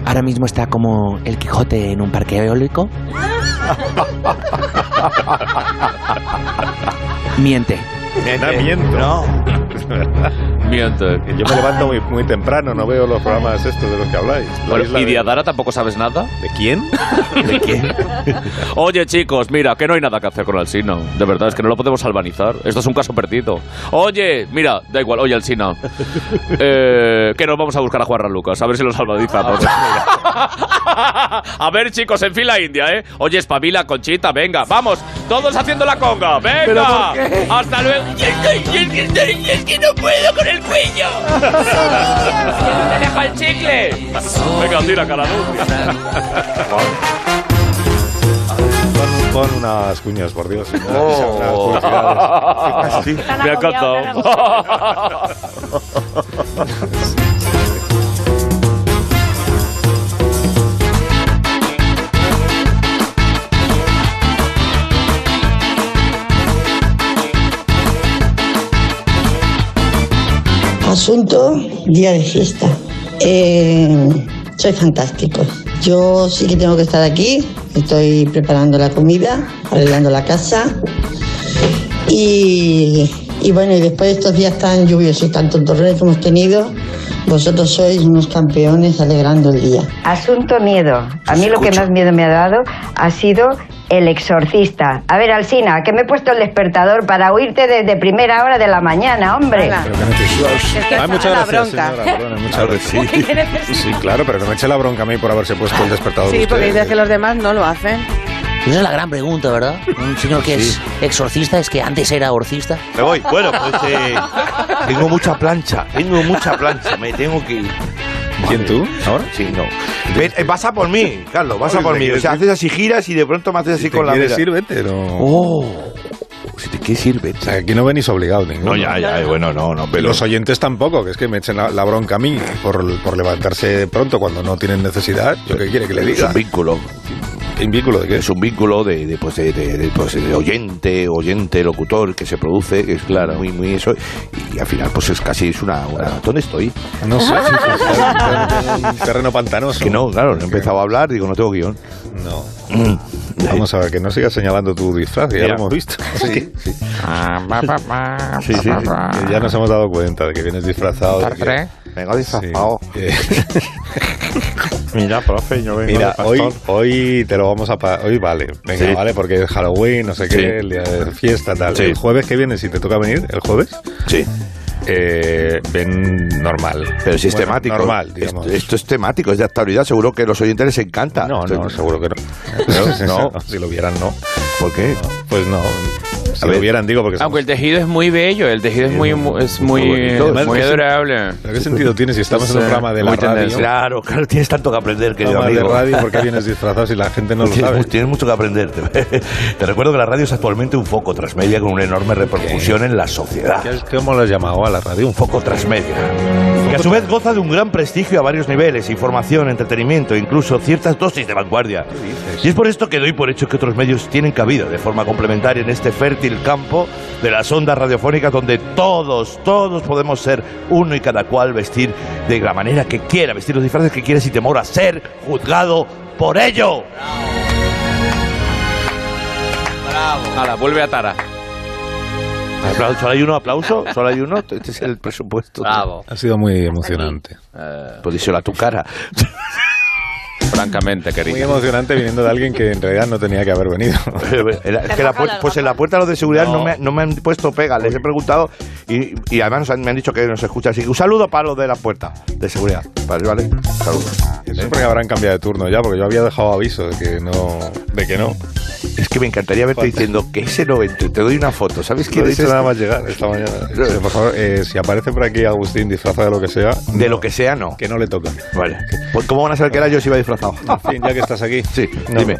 [SPEAKER 13] Ahora mismo está como el Quijote en un parque eólico. Miente.
[SPEAKER 1] No
[SPEAKER 3] Eh,
[SPEAKER 1] miento. No.
[SPEAKER 3] Miente.
[SPEAKER 1] Yo me levanto muy, muy temprano, no veo los programas estos de los que habláis. La
[SPEAKER 3] Bueno,
[SPEAKER 1] isla
[SPEAKER 3] ¿Y
[SPEAKER 1] de-
[SPEAKER 3] de Adara tampoco sabes nada?
[SPEAKER 1] ¿De quién?
[SPEAKER 3] ¿De quién? Oye, chicos, mira, que no hay nada que hacer con Alsina. De verdad, es que no lo podemos albanizar. Esto es un caso perdido. Oye, mira, da igual. Oye, Alsina. eh, que nos vamos a buscar a Juan Lucas. A ver si los albanizamos. a ver, chicos, en fila india, ¿eh? Oye, espabila, Conchita, venga. Vamos, todos haciendo la conga. ¡Venga!
[SPEAKER 12] ¿Pero por qué?
[SPEAKER 3] ¡Hasta luego!
[SPEAKER 12] Y estoy- y es que estoy- y es que no puedo con el cuello.
[SPEAKER 3] ¡Te dejo el chicle! Venga, tira, cara.
[SPEAKER 1] Pon unas cuñas, por Dios.
[SPEAKER 3] Oh.
[SPEAKER 1] Unas publicidades.
[SPEAKER 3] Me ha encantado.
[SPEAKER 17] Asunto, día de fiesta. Eh, soy fantástico. Yo sí que tengo que estar aquí. Estoy preparando la comida, arreglando la casa. Y, y bueno, y después de estos días tan lluviosos y tan torrenes que hemos tenido, vosotros sois unos campeones alegrando el día.
[SPEAKER 18] Asunto miedo. A mí lo que más miedo me ha dado ha sido el exorcista. A ver, Alsina, que me he puesto el despertador para oírte desde primera hora de la mañana, hombre. la
[SPEAKER 1] Ah, muchas gracias,
[SPEAKER 18] bronca.
[SPEAKER 1] señora. Perdona, muchas gracias.
[SPEAKER 19] ¿Qué quiere decir?
[SPEAKER 1] Sí, claro, pero no me eche la bronca a mí por haberse puesto el despertador.
[SPEAKER 19] Sí,
[SPEAKER 1] de
[SPEAKER 19] porque
[SPEAKER 1] ustedes.
[SPEAKER 19] dices que los demás no lo hacen.
[SPEAKER 13] Esa es la gran pregunta, ¿verdad? Un señor que es exorcista es que antes era orcista.
[SPEAKER 2] Me voy. Bueno, pues eh, tengo mucha plancha, tengo mucha plancha, me tengo que ir.
[SPEAKER 1] ¿Quién tú? ¿Ahora?
[SPEAKER 2] Sí, no. Ven, eh, vas a por mí, Carlos, vas a por mí. O sea, haces así giras y de pronto me haces así
[SPEAKER 1] Si te
[SPEAKER 2] con la
[SPEAKER 1] quieres
[SPEAKER 2] mira.
[SPEAKER 1] ir, vete, no.
[SPEAKER 2] Si te quieres ir, vete.
[SPEAKER 1] O sea, aquí no venís obligados ninguno.
[SPEAKER 2] No, ya, ya, bueno, no, no, pero-
[SPEAKER 1] Los oyentes tampoco, que es que me echen la, la bronca a mí por, por levantarse pronto cuando no tienen necesidad. ¿Yo qué quiere que le
[SPEAKER 2] Es
[SPEAKER 1] diga?
[SPEAKER 2] un vínculo.
[SPEAKER 1] ¿Un vínculo de qué?
[SPEAKER 2] Es un vínculo de, de, pues, de, de- de, pues, de oyente, oyente, locutor que se produce, que es claro. muy, muy eso. Y al final, pues es casi es una. una- ¿Dónde estoy?
[SPEAKER 1] No sé. Un terreno pantanoso.
[SPEAKER 2] Que no, claro, no he empezado a hablar, digo, no tengo guión.
[SPEAKER 1] No.
[SPEAKER 2] Mm.
[SPEAKER 1] Vamos a ver, que no sigas señalando tu disfraz, que ya lo
[SPEAKER 2] Mira.
[SPEAKER 1] hemos visto.
[SPEAKER 2] Sí. Ah,
[SPEAKER 1] Es que- Sí, sí, sí, que ya nos hemos dado cuenta de que vienes disfrazado. de que-
[SPEAKER 2] Venga, disfrazado.
[SPEAKER 1] Sí. Eh, Mira, profe, yo
[SPEAKER 19] vengo
[SPEAKER 1] Mira,
[SPEAKER 19] de pastor.
[SPEAKER 1] hoy, hoy te lo vamos a... pa- Ah, Hoy vale, venga,
[SPEAKER 19] Sí.
[SPEAKER 1] vale, porque es Halloween, no sé qué,
[SPEAKER 19] Sí.
[SPEAKER 1] el día de fiesta, tal.
[SPEAKER 19] Sí.
[SPEAKER 1] El jueves que viene, si te toca venir, el jueves... Sí. Eh, ven normal.
[SPEAKER 2] Pero si es
[SPEAKER 1] Bueno,
[SPEAKER 2] temático.
[SPEAKER 1] normal,
[SPEAKER 2] Es-
[SPEAKER 1] digamos.
[SPEAKER 2] Esto, es temático, es de actualidad. Seguro que a los oyentes les encanta. No, no,
[SPEAKER 1] seguro que no.
[SPEAKER 2] no.
[SPEAKER 1] si lo vieran, no. ¿Por qué? Pues no. Si lo vieran, digo, porque...
[SPEAKER 2] Ah,
[SPEAKER 3] Aunque el tejido es muy bello, el tejido es muy, mu- es muy,
[SPEAKER 1] bonito.
[SPEAKER 3] muy,
[SPEAKER 1] Además,
[SPEAKER 3] adorable.
[SPEAKER 1] ¿Pero qué sentido tiene si estamos en
[SPEAKER 3] No
[SPEAKER 1] un
[SPEAKER 3] sé,
[SPEAKER 1] programa de la
[SPEAKER 3] muy
[SPEAKER 1] radio?
[SPEAKER 3] tendencia.
[SPEAKER 2] Claro, claro, tienes tanto que aprender que yo,
[SPEAKER 1] Programa de
[SPEAKER 2] amigo.
[SPEAKER 1] radio, ¿por qué vienes disfrazado si la gente no lo
[SPEAKER 2] Tienes,
[SPEAKER 1] sabe?
[SPEAKER 2] mu- tienes mucho que aprender. Te, te recuerdo que la radio es actualmente un foco transmedia con una enorme repercusión en la sociedad.
[SPEAKER 1] ¿Cómo lo has llamado a la radio?
[SPEAKER 2] Un foco transmedia. Que a su vez goza de un gran prestigio a varios niveles, información, entretenimiento, e incluso ciertas dosis de vanguardia. Y es por esto que doy por hecho que otros medios tienen cabida de forma complementaria en este fértil campo de las ondas radiofónicas donde todos, todos podemos ser uno y cada cual vestir de la manera que quiera, vestir los disfraces que quiera sin temor a ser juzgado por ello.
[SPEAKER 3] Ala, vuelve a Tara.
[SPEAKER 2] Apla- Solo hay uno, aplauso. Solo hay uno. Este es el presupuesto. Bravo.
[SPEAKER 1] Ha sido muy emocionante. eh,
[SPEAKER 2] Pues díselo a tu cara.
[SPEAKER 3] Francamente, querido.
[SPEAKER 1] Muy emocionante viniendo de alguien que en realidad no tenía que haber venido.
[SPEAKER 2] Eh, Es que la puer- pues en la puerta los de seguridad no, me, ha- no me han puesto pega, les he preguntado y, y además nos han- me han dicho que nos escuchan. Así que un saludo para los de la puerta de seguridad. Vale, vale. Saludos.
[SPEAKER 1] Eso porque habrán cambiado de turno ya, porque yo había dejado aviso de que no. De que no.
[SPEAKER 2] Es que me encantaría verte diciendo que ese 90, te doy una foto. ¿Sabes quién
[SPEAKER 1] no he
[SPEAKER 2] es
[SPEAKER 1] dicho
[SPEAKER 2] este?
[SPEAKER 1] nada más llegar esta mañana. Eh, Por favor, eh, si aparece por aquí Agustín disfrazado de lo que sea.
[SPEAKER 2] De lo que sea, no.
[SPEAKER 1] Que no le toca.
[SPEAKER 2] Vale. Pues, ¿Cómo van a saber que era yo si iba disfrazado?
[SPEAKER 1] En fin, ya que estás aquí.
[SPEAKER 2] Sí, dime.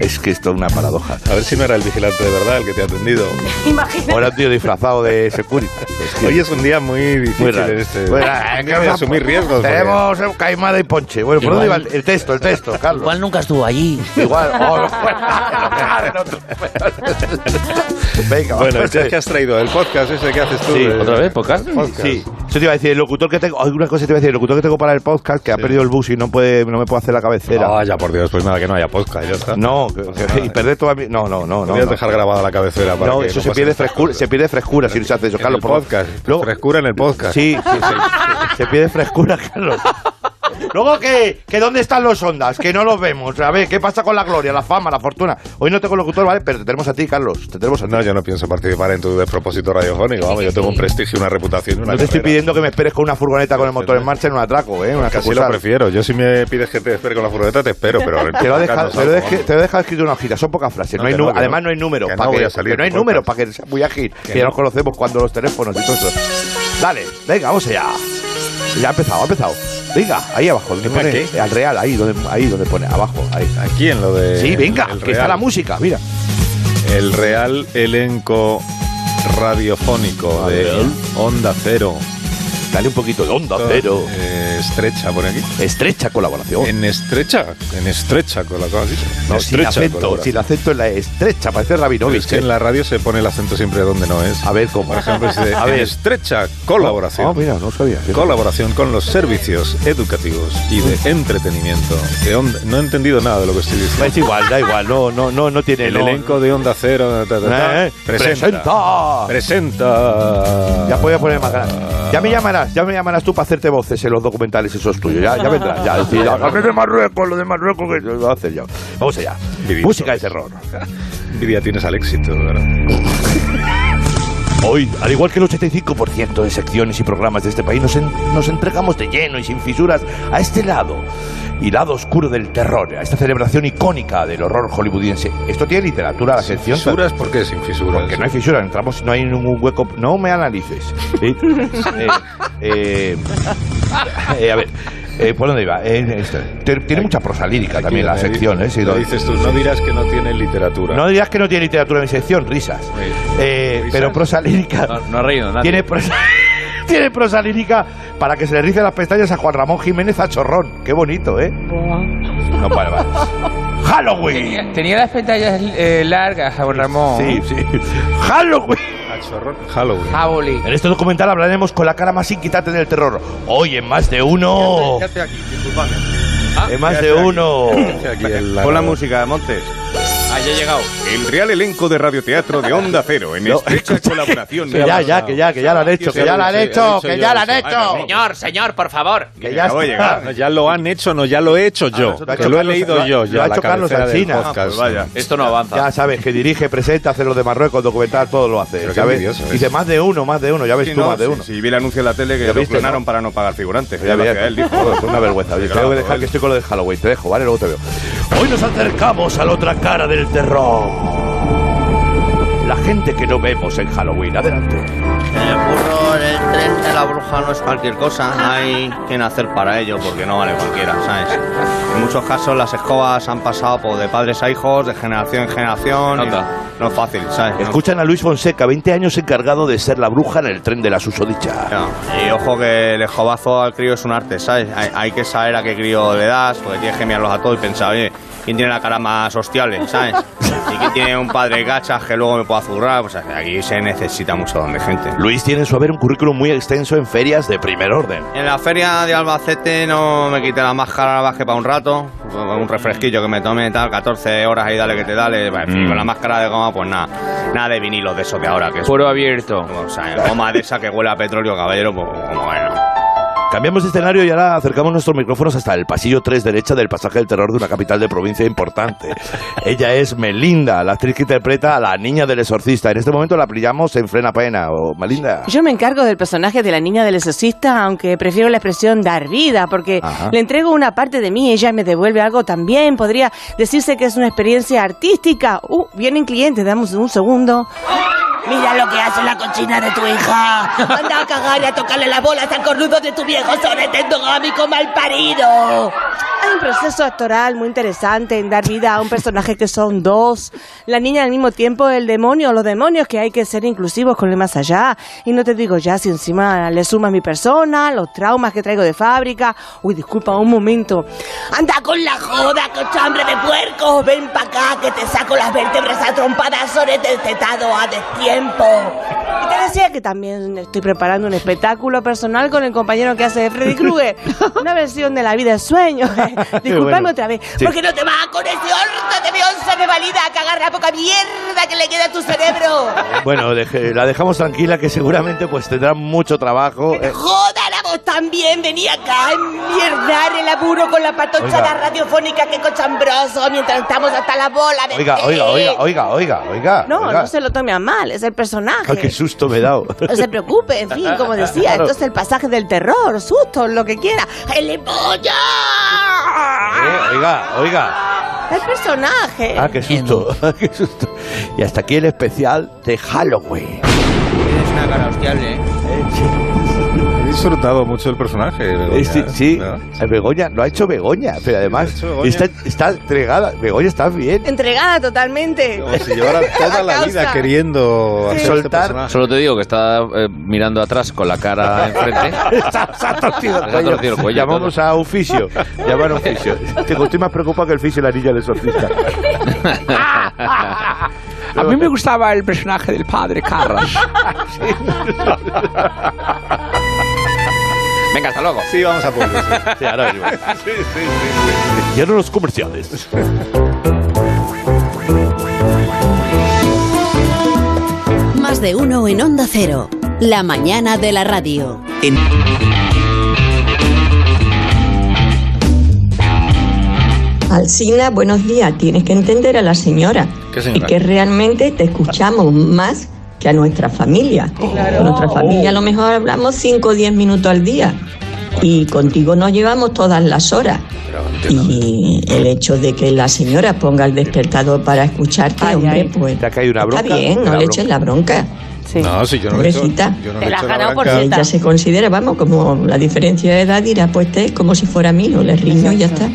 [SPEAKER 2] es que esto es una paradoja.
[SPEAKER 1] A ver si no era el vigilante de verdad el que te ha atendido.
[SPEAKER 5] Imagínate.
[SPEAKER 2] Ahora un tío disfrazado de security.
[SPEAKER 1] Hoy es un día muy difícil
[SPEAKER 2] Muy raro.
[SPEAKER 1] en este.
[SPEAKER 2] Muy raro.
[SPEAKER 1] Hay que asumir riesgos. porque-
[SPEAKER 2] pues, Tenemos eh, Caimada y Ponche. Bueno, ¿por dónde iba
[SPEAKER 1] Igual-
[SPEAKER 2] el, el texto? El texto, Carlos.
[SPEAKER 4] Igual nunca estuvo allí.
[SPEAKER 2] Igual. Oh, no, no, no, no. Venga,
[SPEAKER 1] Bueno, este-
[SPEAKER 2] vamos.
[SPEAKER 1] ya que pues, has traído el podcast ese que haces tú.
[SPEAKER 2] Sí,
[SPEAKER 1] de-
[SPEAKER 2] ¿otra vez
[SPEAKER 3] podcast?
[SPEAKER 2] Sí. Yo te iba a decir, el locutor que tengo. Alguna cosa te iba a decir, el locutor que tengo para el podcast, que ha perdido el bus y no puede, no me puedo hacer la cabecera.
[SPEAKER 1] Ah, ya por Dios, pues nada, que no haya podcast, ya está. Pues
[SPEAKER 2] No, que- que- y perder toda mi. No, no, no. no,
[SPEAKER 1] Podrías
[SPEAKER 2] no.
[SPEAKER 1] dejar grabada la cabecera para
[SPEAKER 2] No,
[SPEAKER 1] que
[SPEAKER 2] eso
[SPEAKER 1] no
[SPEAKER 2] se,
[SPEAKER 1] pase
[SPEAKER 2] pierde
[SPEAKER 1] nada.
[SPEAKER 2] frescura, se pierde frescura si se hace eso,
[SPEAKER 1] En
[SPEAKER 2] Carlos.
[SPEAKER 1] el
[SPEAKER 2] por favor.
[SPEAKER 1] podcast.
[SPEAKER 2] Luego-
[SPEAKER 1] frescura en el podcast.
[SPEAKER 2] Sí, sí, sí. se pierde frescura, Carlos. Luego que, que dónde están los ondas, que no los vemos. A ver, ¿qué pasa con la gloria, la fama, la fortuna? Hoy no tengo locutor, ¿vale? Pero te tenemos a ti, Carlos. Te tenemos a ti.
[SPEAKER 1] No, yo no pienso participar en tu despropósito radiofónico. Vamos, yo tengo un prestigio, una reputación, y una
[SPEAKER 2] No te estoy
[SPEAKER 1] carrera.
[SPEAKER 2] pidiendo que me esperes con una furgoneta con el motor en marcha en un atraco, ¿eh? Una
[SPEAKER 1] Casi lo
[SPEAKER 2] sucursal.
[SPEAKER 1] prefiero. Yo si me pides que te espere con la furgoneta, te espero, pero... en
[SPEAKER 2] Te lo, he
[SPEAKER 1] podcast
[SPEAKER 2] dejado,
[SPEAKER 1] no
[SPEAKER 2] te, lo he
[SPEAKER 1] salgo,
[SPEAKER 2] dej- te lo he dejado escrito en una hojita, son pocas frases.
[SPEAKER 1] No,
[SPEAKER 2] No hay
[SPEAKER 1] que no,
[SPEAKER 2] nu-
[SPEAKER 1] que no.
[SPEAKER 2] además, no hay números.
[SPEAKER 1] Que
[SPEAKER 2] pa'
[SPEAKER 1] no voy a salir
[SPEAKER 2] que no hay
[SPEAKER 1] por
[SPEAKER 2] números
[SPEAKER 1] podcast.
[SPEAKER 2] para que sea muy ágil. Que,
[SPEAKER 1] Que
[SPEAKER 2] ya
[SPEAKER 1] no.
[SPEAKER 2] nos conocemos cuando los teléfonos y todo eso. Dale, venga, vamos allá. Ya ha empezado, ha empezado. Venga, ahí abajo, donde
[SPEAKER 1] ¿Venga,
[SPEAKER 2] pone
[SPEAKER 1] qué?
[SPEAKER 2] eh, al real, ahí donde, ahí donde pone, abajo, ahí.
[SPEAKER 1] vamos. Aquí en lo de...
[SPEAKER 2] sí, venga,
[SPEAKER 1] Eh, el
[SPEAKER 2] que está
[SPEAKER 1] Real.
[SPEAKER 2] la música, mira.
[SPEAKER 1] El real elenco radiofónico de Onda Cero.
[SPEAKER 2] Ah, Dale un poquito de Onda Cero.
[SPEAKER 1] Eh, estrecha por aquí.
[SPEAKER 2] Estrecha colaboración.
[SPEAKER 1] En estrecha, en estrecha colaboración.
[SPEAKER 2] No, sin
[SPEAKER 1] estrecha
[SPEAKER 2] acento,
[SPEAKER 1] colaboración.
[SPEAKER 2] sin acento en la estrecha, parece
[SPEAKER 1] Pero
[SPEAKER 2] Rabinovich.
[SPEAKER 1] es que
[SPEAKER 2] ¿eh?
[SPEAKER 1] en la radio se pone el acento siempre donde no es.
[SPEAKER 2] A ver cómo.
[SPEAKER 1] Por ejemplo, se dice,
[SPEAKER 2] A
[SPEAKER 1] en
[SPEAKER 2] ver.
[SPEAKER 1] estrecha colaboración.
[SPEAKER 2] Ah, mira, no sabía.
[SPEAKER 1] Colaboración con los servicios educativos y de entretenimiento. de Onda- no he entendido nada de lo que estoy diciendo.
[SPEAKER 2] Es Pues igual, da igual, no, no, no, no tiene
[SPEAKER 1] El
[SPEAKER 2] no-
[SPEAKER 1] elenco de Onda Cero ta, ta, ta,
[SPEAKER 2] Eh, presenta.
[SPEAKER 1] Presenta.
[SPEAKER 2] Ya voy a poner más grande. Ya me llamarás, ya me llamarás tú para hacerte voces en los documentales esos tuyos. Ya, ya vendrás. Ya, sí, ya. Habla de Marruecos, lo de Marruecos que lo va a hacer yo. Vamos allá. Música de terror.
[SPEAKER 1] Envidia tienes al éxito, de ¿verdad?
[SPEAKER 2] Hoy, al igual que el 85% de secciones y programas de este país, nos, en- nos entregamos de lleno y sin fisuras a este lado y lado oscuro del terror, a esta celebración icónica del horror hollywoodiense. Esto tiene literatura, la sección.
[SPEAKER 1] ¿Fisuras? ¿Por qué sin fisuras?
[SPEAKER 2] Que no hay fisuras, entramos, no hay ningún hueco. No me analices. ¿sí? Eh, eh, eh, a ver, eh, ¿por dónde iba? Eh, esto. Te- tiene mucha prosa lírica también la sección, ¿eh? Sí,
[SPEAKER 1] Lo
[SPEAKER 2] doy.
[SPEAKER 1] dices tú, no dirás que no tiene literatura.
[SPEAKER 2] No dirás que no tiene literatura en mi sección, risas. Eh, Pero prosa lírica.
[SPEAKER 1] Ah,
[SPEAKER 3] No, no ha reído nadie.
[SPEAKER 2] Tiene prosa, tiene prosa lírica para que se le ricen las pestañas a Juan Ramón Jiménez a Chorrón. Qué bonito, ¿eh? No, vale, vale. ¡Halloween!
[SPEAKER 20] Tenía, tenía las pestañas eh, largas, Juan Ramón.
[SPEAKER 2] Sí, sí. ¡Halloween!
[SPEAKER 1] Halloween.
[SPEAKER 20] Halloween.
[SPEAKER 2] En este documental hablaremos con la cara más inquietante del terror. Hoy en más de uno. Ah,
[SPEAKER 19] estoy aquí, disculpame.
[SPEAKER 2] en más de uno.
[SPEAKER 1] Aquí el
[SPEAKER 9] Pon la
[SPEAKER 1] narrador.
[SPEAKER 9] música, Montes.
[SPEAKER 2] Ah,
[SPEAKER 9] Haya llegado. El real elenco de radioteatro de Onda Cero en estrecha colaboración.
[SPEAKER 2] Que ya, ya, que ya, que ya lo han hecho, que ya lo han hecho, que ya lo han hecho.
[SPEAKER 20] Señor, señor, por favor.
[SPEAKER 1] Que ya, está. No, ya lo han hecho, no, ya lo he hecho yo.
[SPEAKER 2] Ah,
[SPEAKER 1] que lo he leído
[SPEAKER 2] lo ha-
[SPEAKER 1] yo.
[SPEAKER 2] lo
[SPEAKER 1] ya,
[SPEAKER 2] ha
[SPEAKER 1] la
[SPEAKER 2] hecho Carlos
[SPEAKER 1] cabecera del
[SPEAKER 2] Alsina.
[SPEAKER 9] Ah, pues
[SPEAKER 1] podcast.
[SPEAKER 3] Esto no avanza.
[SPEAKER 2] Ya sabes, que dirige, presenta, hace los de Marruecos, documental, todo lo hace.
[SPEAKER 9] Pero qué
[SPEAKER 2] ¿sabes?
[SPEAKER 9] envidioso es.
[SPEAKER 2] Y dice más de uno, más de uno, ya ves
[SPEAKER 9] Sí,
[SPEAKER 2] tú,
[SPEAKER 9] no,
[SPEAKER 2] más de
[SPEAKER 9] sí,
[SPEAKER 2] uno.
[SPEAKER 9] sí, vi el anuncio en la tele que
[SPEAKER 2] Ya
[SPEAKER 9] lo
[SPEAKER 2] viste,
[SPEAKER 9] clonaron
[SPEAKER 2] ¿no?
[SPEAKER 9] para no pagar figurantes.
[SPEAKER 2] Ya
[SPEAKER 9] lo
[SPEAKER 2] veía,
[SPEAKER 9] hacía él, dijo.
[SPEAKER 2] Joder, es una vergüenza. Oye,
[SPEAKER 9] Sí,
[SPEAKER 2] te tengo que
[SPEAKER 9] claro,
[SPEAKER 2] dejar que estoy con lo de Halloween. Te dejo, ¿vale? Luego te veo. Hoy nos acercamos a la otra cara del terror. La gente que no vemos en Halloween. Adelante.
[SPEAKER 19] El burro, el tren de la bruja no es cualquier cosa, hay que nacer para ello porque no vale cualquiera, ¿sabes? En muchos casos las escobas han pasado por de padres a hijos, de generación en generación. y no es fácil, ¿sabes? No-
[SPEAKER 2] Escuchan a Luis Fonseca, 20 años encargado de ser la bruja en el tren de la susodicha.
[SPEAKER 19] No, Y ojo que el escobazo al crío es un arte, ¿sabes? Hay, hay que saber a qué crío le das, porque tienes que mirarlos a todos y pensar, oye, ¿quién tiene la cara más hostiable, ¿sabes? Y quién tiene un padre gachas que luego me pueda zurrar, pues aquí se necesita mucho don de gente.
[SPEAKER 2] Luis tiene en su haber un currículum muy extenso en ferias de primer orden.
[SPEAKER 19] En la feria de Albacete no me quité la máscara, la bajé para un rato, un refresquillo que me tome tal, 14 horas ahí dale que te dale, en fin,
[SPEAKER 2] Mm.
[SPEAKER 19] con la máscara de goma pues nada, nada de vinilo de eso de ahora que es
[SPEAKER 20] Puro abierto.
[SPEAKER 19] O sea, goma de esa que huele a petróleo, caballero, pues como bueno.
[SPEAKER 2] Cambiamos de escenario y ahora acercamos nuestros micrófonos hasta el pasillo 3 derecha del pasaje del terror de una capital de provincia importante. Ella es Melinda, la actriz que interpreta a la niña del exorcista. En este momento la pillamos en frena pena. ¿O Melinda?
[SPEAKER 6] Yo me encargo del personaje de la niña del exorcista, aunque prefiero la expresión dar vida, porque
[SPEAKER 2] Ajá.
[SPEAKER 6] le entrego una parte de mí y ella me devuelve algo también. Podría decirse que es una experiencia artística. Uh, vienen clientes, damos un segundo.
[SPEAKER 12] Mira lo que hace la cochina de tu hija. Anda a cagar y a tocarle las bolas al cornudo de tu viejo sorete endogámico malparido.
[SPEAKER 6] Hay un proceso actoral muy interesante en dar vida a un personaje que son dos. La niña al mismo tiempo, el demonio, los demonios que hay que ser inclusivos con el más allá. Y no te digo ya si encima le sumas mi persona, los traumas que traigo de fábrica. Uy, disculpa, un momento.
[SPEAKER 12] Anda con la joda, cochambre de puerco. Ven pa' acá que te saco las vértebras a trompadas, sorete tetado a destiempo.
[SPEAKER 6] Y te decía que también estoy preparando un espectáculo personal con el compañero que hace de Freddy Krueger. Una versión de la vida de sueño. Disculpadme
[SPEAKER 12] bueno.
[SPEAKER 6] otra vez.
[SPEAKER 12] ¿Por qué no te vas con ese horta de beonza de valida a cagar la poca mierda que le queda a tu cerebro?
[SPEAKER 2] Bueno, deje- la dejamos tranquila que seguramente pues tendrá mucho trabajo. Eh,
[SPEAKER 12] Jodan a vos también, vení acá a enmierdar el laburo con la patochada
[SPEAKER 2] Oiga.
[SPEAKER 12] radiofónica que cochambroso mientras estamos hasta la bola de
[SPEAKER 2] Oiga,
[SPEAKER 12] té.
[SPEAKER 2] oiga, oiga, oiga, oiga, oiga.
[SPEAKER 6] No,
[SPEAKER 2] oiga.
[SPEAKER 6] no se lo tome a mal, es el personaje.
[SPEAKER 2] Ah, qué susto me he dado.
[SPEAKER 6] No se preocupe, en fin, como decía,
[SPEAKER 2] Claro.
[SPEAKER 6] esto es el pasaje del terror, susto, lo que quiera. ¡El pollo!
[SPEAKER 2] Eh, oiga, oiga.
[SPEAKER 6] El personaje.
[SPEAKER 2] Ah, qué susto. qué susto. Y hasta aquí el especial de Halloween.
[SPEAKER 19] Es una cara hostiable, ¿eh?
[SPEAKER 1] He disfrutado mucho el personaje. Begoña,
[SPEAKER 2] Eh, Sí,
[SPEAKER 1] ¿eh?
[SPEAKER 2] sí.
[SPEAKER 1] No.
[SPEAKER 2] Eh, Begoña, lo ha hecho Begoña, pero además
[SPEAKER 1] hecho Begoña.
[SPEAKER 2] Está, está entregada. Begoña, estás bien.
[SPEAKER 6] Entregada totalmente.
[SPEAKER 1] Como si llevara toda la vida queriendo hacer este personaje.
[SPEAKER 3] Solo te digo que está eh, mirando atrás con la cara enfrente.
[SPEAKER 2] Se ha torcido el
[SPEAKER 3] Se Ah, ha
[SPEAKER 2] cuello.
[SPEAKER 3] torcido el cuello,
[SPEAKER 2] Llamamos a un fisio. Llamar a un fisio. Tengo, estoy más preocupado que el fisio y la niña del exorcista.
[SPEAKER 20] A mí me gustaba el personaje del padre Carras.
[SPEAKER 2] Ah, pues
[SPEAKER 3] Venga, hasta luego.
[SPEAKER 1] Sí, vamos a por eso.
[SPEAKER 2] Sí, ahora venimos. Y ahora los comerciales.
[SPEAKER 21] Más de uno en Onda Cero. La mañana de la radio.
[SPEAKER 22] Alcina, buenos días. Tienes que entender a la señora.
[SPEAKER 1] ¿Qué señora?
[SPEAKER 22] Es que realmente te escuchamos más que a nuestra familia. Con nuestra familia a lo mejor hablamos 5 o 10 minutos al día. Y contigo nos llevamos todas las horas. Y el hecho de que la señora ponga el despertador para escucharte, hombre, pues.
[SPEAKER 2] Te ha caído una
[SPEAKER 22] Está
[SPEAKER 2] bronca.
[SPEAKER 22] bien, no
[SPEAKER 2] Una
[SPEAKER 22] le
[SPEAKER 2] bronca.
[SPEAKER 22] eches la bronca.
[SPEAKER 1] No, si yo no lo he hecho.
[SPEAKER 22] Pobrecita.
[SPEAKER 1] Yo no le he hecho la bronca.
[SPEAKER 22] Ella se considera, vamos, como la diferencia de edad dirá, pues te es como si fuera mío, le riño y ya está.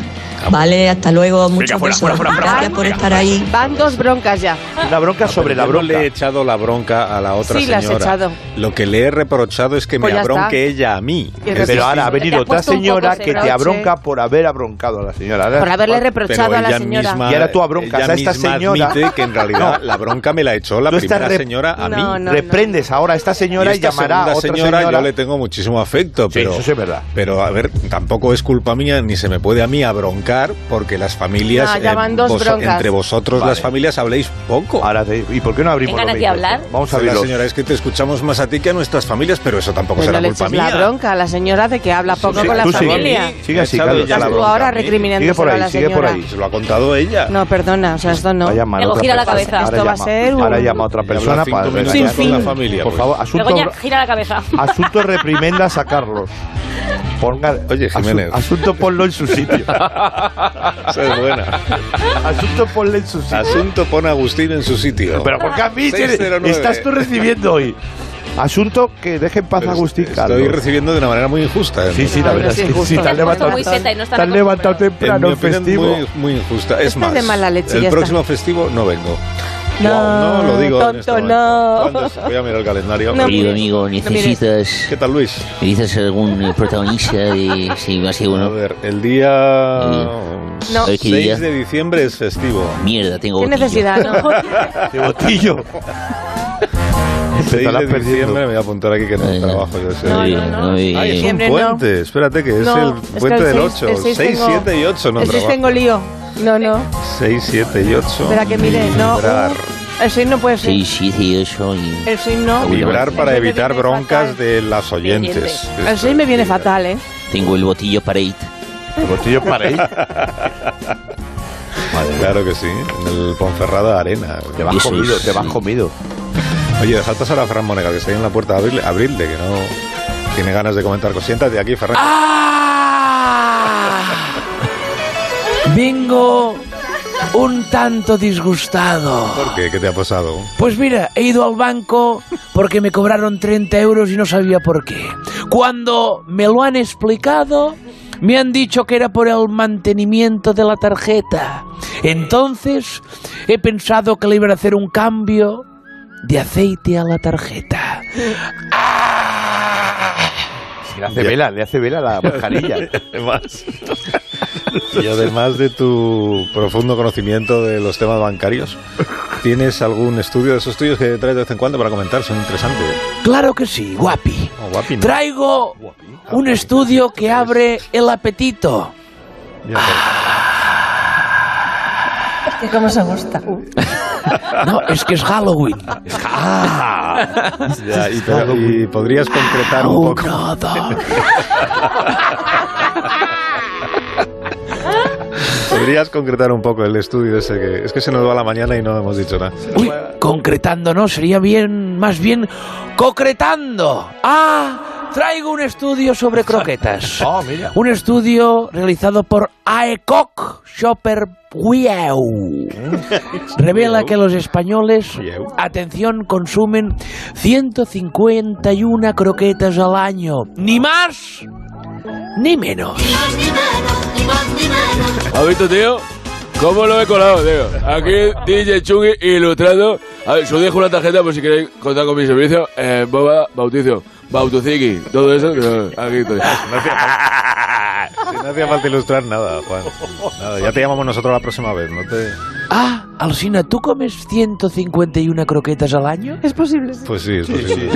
[SPEAKER 22] Vale, hasta luego, muchas
[SPEAKER 1] fuera, fuera,
[SPEAKER 22] besos.
[SPEAKER 1] fuera, fuera,
[SPEAKER 22] Gracias
[SPEAKER 1] fuera.
[SPEAKER 22] por estar ahí.
[SPEAKER 6] Van dos broncas ya.
[SPEAKER 2] Una bronca
[SPEAKER 1] Ah,
[SPEAKER 2] sobre
[SPEAKER 1] pero
[SPEAKER 2] la
[SPEAKER 1] yo
[SPEAKER 2] bronca.
[SPEAKER 1] No le he echado la bronca a la otra
[SPEAKER 6] Sí, la has
[SPEAKER 1] señora.
[SPEAKER 6] echado.
[SPEAKER 1] Lo que le he reprochado es que
[SPEAKER 6] Pues
[SPEAKER 1] me
[SPEAKER 6] ya
[SPEAKER 1] abronque
[SPEAKER 6] está.
[SPEAKER 1] ella a mí.
[SPEAKER 6] Y
[SPEAKER 1] Es
[SPEAKER 2] Pero
[SPEAKER 1] distinto.
[SPEAKER 2] ahora ha venido otra señora que te abronca por haber abroncado a la señora. Ahora-
[SPEAKER 6] Por haberle
[SPEAKER 2] Pero
[SPEAKER 6] reprochado a la
[SPEAKER 1] ella
[SPEAKER 6] señora.
[SPEAKER 1] misma-
[SPEAKER 2] Y ahora tú abroncas
[SPEAKER 1] ella
[SPEAKER 2] a esta
[SPEAKER 1] misma
[SPEAKER 2] señora.
[SPEAKER 1] admite que en realidad la bronca me la echó la
[SPEAKER 2] Tú estás
[SPEAKER 1] primera
[SPEAKER 2] rep-
[SPEAKER 1] señora a mí.
[SPEAKER 2] No, no, Reprendes ahora a esta señora y,
[SPEAKER 1] esta
[SPEAKER 2] llamará a
[SPEAKER 1] segunda
[SPEAKER 2] otra
[SPEAKER 1] señora,
[SPEAKER 2] señora.
[SPEAKER 1] yo le tengo muchísimo afecto, pero
[SPEAKER 2] eso sí es verdad.
[SPEAKER 1] Pero a ver, tampoco es culpa mía ni se me puede a mí abroncar broncar porque las familias eh,
[SPEAKER 5] Ah, ya van dos
[SPEAKER 1] vos-
[SPEAKER 5] broncas.
[SPEAKER 1] entre vosotros
[SPEAKER 2] Vale.
[SPEAKER 1] las familias habléis poco.
[SPEAKER 2] Ahora ¿y por qué no
[SPEAKER 5] abrimos Tengan los aquí a micros? hablar.
[SPEAKER 2] Vamos a
[SPEAKER 1] ver,
[SPEAKER 2] abrirlos.
[SPEAKER 1] señora, es que te escuchamos más a ti que a nuestras familias, pero eso tampoco
[SPEAKER 6] Pues no
[SPEAKER 1] será
[SPEAKER 6] le
[SPEAKER 1] culpa
[SPEAKER 6] eches la
[SPEAKER 1] mía.
[SPEAKER 6] bronca a la señora de que habla poco con la familia.
[SPEAKER 1] Sigue así,
[SPEAKER 6] Estás
[SPEAKER 1] Carlos, ya la
[SPEAKER 6] tú
[SPEAKER 1] bronca
[SPEAKER 6] ahora
[SPEAKER 1] a mí.
[SPEAKER 6] recriminándoselo
[SPEAKER 1] Sigue por
[SPEAKER 6] a
[SPEAKER 1] ahí,
[SPEAKER 6] la
[SPEAKER 1] sigue por
[SPEAKER 6] señora.
[SPEAKER 1] ahí. Se lo ha contado ella.
[SPEAKER 6] No, perdona, o sea, esto no.
[SPEAKER 2] Luego gira la cabeza.
[SPEAKER 6] Esto
[SPEAKER 2] Ahora
[SPEAKER 6] va a
[SPEAKER 2] llama-
[SPEAKER 6] ser un-
[SPEAKER 2] Ahora llama a otra persona
[SPEAKER 1] cinco
[SPEAKER 2] para
[SPEAKER 1] minutos
[SPEAKER 2] regañar.
[SPEAKER 1] con la familia,
[SPEAKER 2] Por
[SPEAKER 1] pues.
[SPEAKER 2] favor, asunto,
[SPEAKER 5] Begoña, gira la cabeza.
[SPEAKER 2] asunto reprimendas a Carlos. Ponga, Oye,
[SPEAKER 1] Jiménez.
[SPEAKER 2] asunto ponlo en su sitio.
[SPEAKER 1] Esa es buena.
[SPEAKER 2] Asunto ponle en su sitio.
[SPEAKER 1] Asunto pon a Agustín en su sitio.
[SPEAKER 2] Pero ¿por qué a mí te-
[SPEAKER 1] 609.
[SPEAKER 2] estás tú recibiendo hoy? Asunto que deje en paz a Agustín Carlos.
[SPEAKER 1] Estoy recibiendo de una manera muy injusta. ¿eh?
[SPEAKER 2] Sí, sí, la
[SPEAKER 6] Ah,
[SPEAKER 2] verdad es que sí, te han levantado,
[SPEAKER 6] muy seta y no están
[SPEAKER 2] te han levantado
[SPEAKER 1] En mi
[SPEAKER 2] temprano,
[SPEAKER 1] opinión,
[SPEAKER 2] festivo.
[SPEAKER 1] Muy, muy injusta. Es
[SPEAKER 6] Estás
[SPEAKER 1] más,
[SPEAKER 6] de mala leche,
[SPEAKER 1] el
[SPEAKER 6] ya
[SPEAKER 1] próximo festivo no vengo.
[SPEAKER 6] No,
[SPEAKER 1] no, lo digo en este
[SPEAKER 6] Tonto,
[SPEAKER 1] momento.
[SPEAKER 6] no.
[SPEAKER 1] ¿Cuándo es? Voy a mirar el calendario.
[SPEAKER 6] Oh. No
[SPEAKER 23] Querido amigo, necesitas.
[SPEAKER 1] ¿Qué tal, Luis?
[SPEAKER 23] ¿Necesitas algún eh, protagonista de. Sí, más que uno. Mm. A
[SPEAKER 1] ver, el día.
[SPEAKER 23] No. ¿Qué
[SPEAKER 1] 6
[SPEAKER 23] día?
[SPEAKER 1] de diciembre es festivo.
[SPEAKER 23] Mierda, tengo
[SPEAKER 6] ¿Qué
[SPEAKER 23] botillo.
[SPEAKER 6] necesidad? no?
[SPEAKER 1] De botillo. 6 de diciembre me voy a apuntar aquí que no trabajo yo ese
[SPEAKER 23] No,
[SPEAKER 1] día.
[SPEAKER 23] no, no.
[SPEAKER 1] Ay, es un
[SPEAKER 6] Diciembre no.
[SPEAKER 1] puente, espérate que es
[SPEAKER 6] No,
[SPEAKER 1] el
[SPEAKER 6] es que
[SPEAKER 1] puente
[SPEAKER 6] el
[SPEAKER 1] del
[SPEAKER 6] seis-
[SPEAKER 1] 8.
[SPEAKER 6] el
[SPEAKER 1] 6,
[SPEAKER 6] seis
[SPEAKER 1] 7 y 8 no
[SPEAKER 6] El 6
[SPEAKER 1] trabajo.
[SPEAKER 6] tengo lío. No, no.
[SPEAKER 1] 6, 7 y 8.
[SPEAKER 6] Espera que mire, no. uh, El 6 no puede ser.
[SPEAKER 23] 6, 7 y 8 y.
[SPEAKER 6] El 6 no.
[SPEAKER 1] Librar para evitar broncas de las oyentes.
[SPEAKER 6] El 6 me viene fatal, ¿eh?
[SPEAKER 23] Tengo el botillo para ir.
[SPEAKER 2] ¿El botillo para ir?
[SPEAKER 1] Claro que sí, en el Ponferrada Arena. Te
[SPEAKER 2] vas comido, te vas
[SPEAKER 1] comido. Oye, dejad pasar a Fran Mónega, que está ahí en la puerta, abrirle, abrirle que no tiene ganas de comentar cosas. Siéntate aquí, Ferran.
[SPEAKER 10] Vengo un tanto disgustado.
[SPEAKER 1] ¿Por qué? ¿Qué te ha pasado?
[SPEAKER 10] Pues mira, he ido al banco porque me cobraron 30 euros y no sabía por qué. Cuando me lo han explicado, me han dicho que era por el mantenimiento de la tarjeta. Entonces, he pensado que le iban a hacer un cambio de aceite a la tarjeta.
[SPEAKER 2] Le hace vela, le hace vela a la mascarilla.
[SPEAKER 1] Además. Y además de tu profundo conocimiento de los temas bancarios, ¿tienes algún estudio de esos tuyos que traes de vez en cuando para comentar? Son interesantes.
[SPEAKER 10] Claro que sí, guapi.
[SPEAKER 1] Oh, guapi, ¿no?
[SPEAKER 10] Traigo un estudio que abre el apetito.
[SPEAKER 12] Es que cómo se gusta.
[SPEAKER 10] No, es que es Halloween. Ah.
[SPEAKER 1] Ah. Ya, y, pero- y podrías concretar un poco. Podrías concretar un poco el estudio ese que es que se nos va la mañana y no hemos dicho nada.
[SPEAKER 10] Uy, concretando, ¿no? Sería bien, más bien, concretando. Ah, traigo un estudio sobre croquetas. Un estudio realizado por AECOC Shopper Wieu. Revela que los españoles, atención, consumen 151 croquetas al año. Ni más, ni menos.
[SPEAKER 15] ¿Has visto, tío? ¿Cómo lo he colado, tío? Aquí DJ Chungi ilustrado. A ver, os dejo una tarjeta por si queréis contar con mi servicio. Eh, boba, bautizo, bautuziki, todo eso. eh, Aquí estoy.
[SPEAKER 1] Si no hacía falta ilustrar nada, Juan. Nada, ya te llamamos nosotros la próxima vez, no te.
[SPEAKER 10] Ah, Alcina, ¿tú comes 151 croquetas al año?
[SPEAKER 6] Es posible.
[SPEAKER 1] Pues sí, es posible.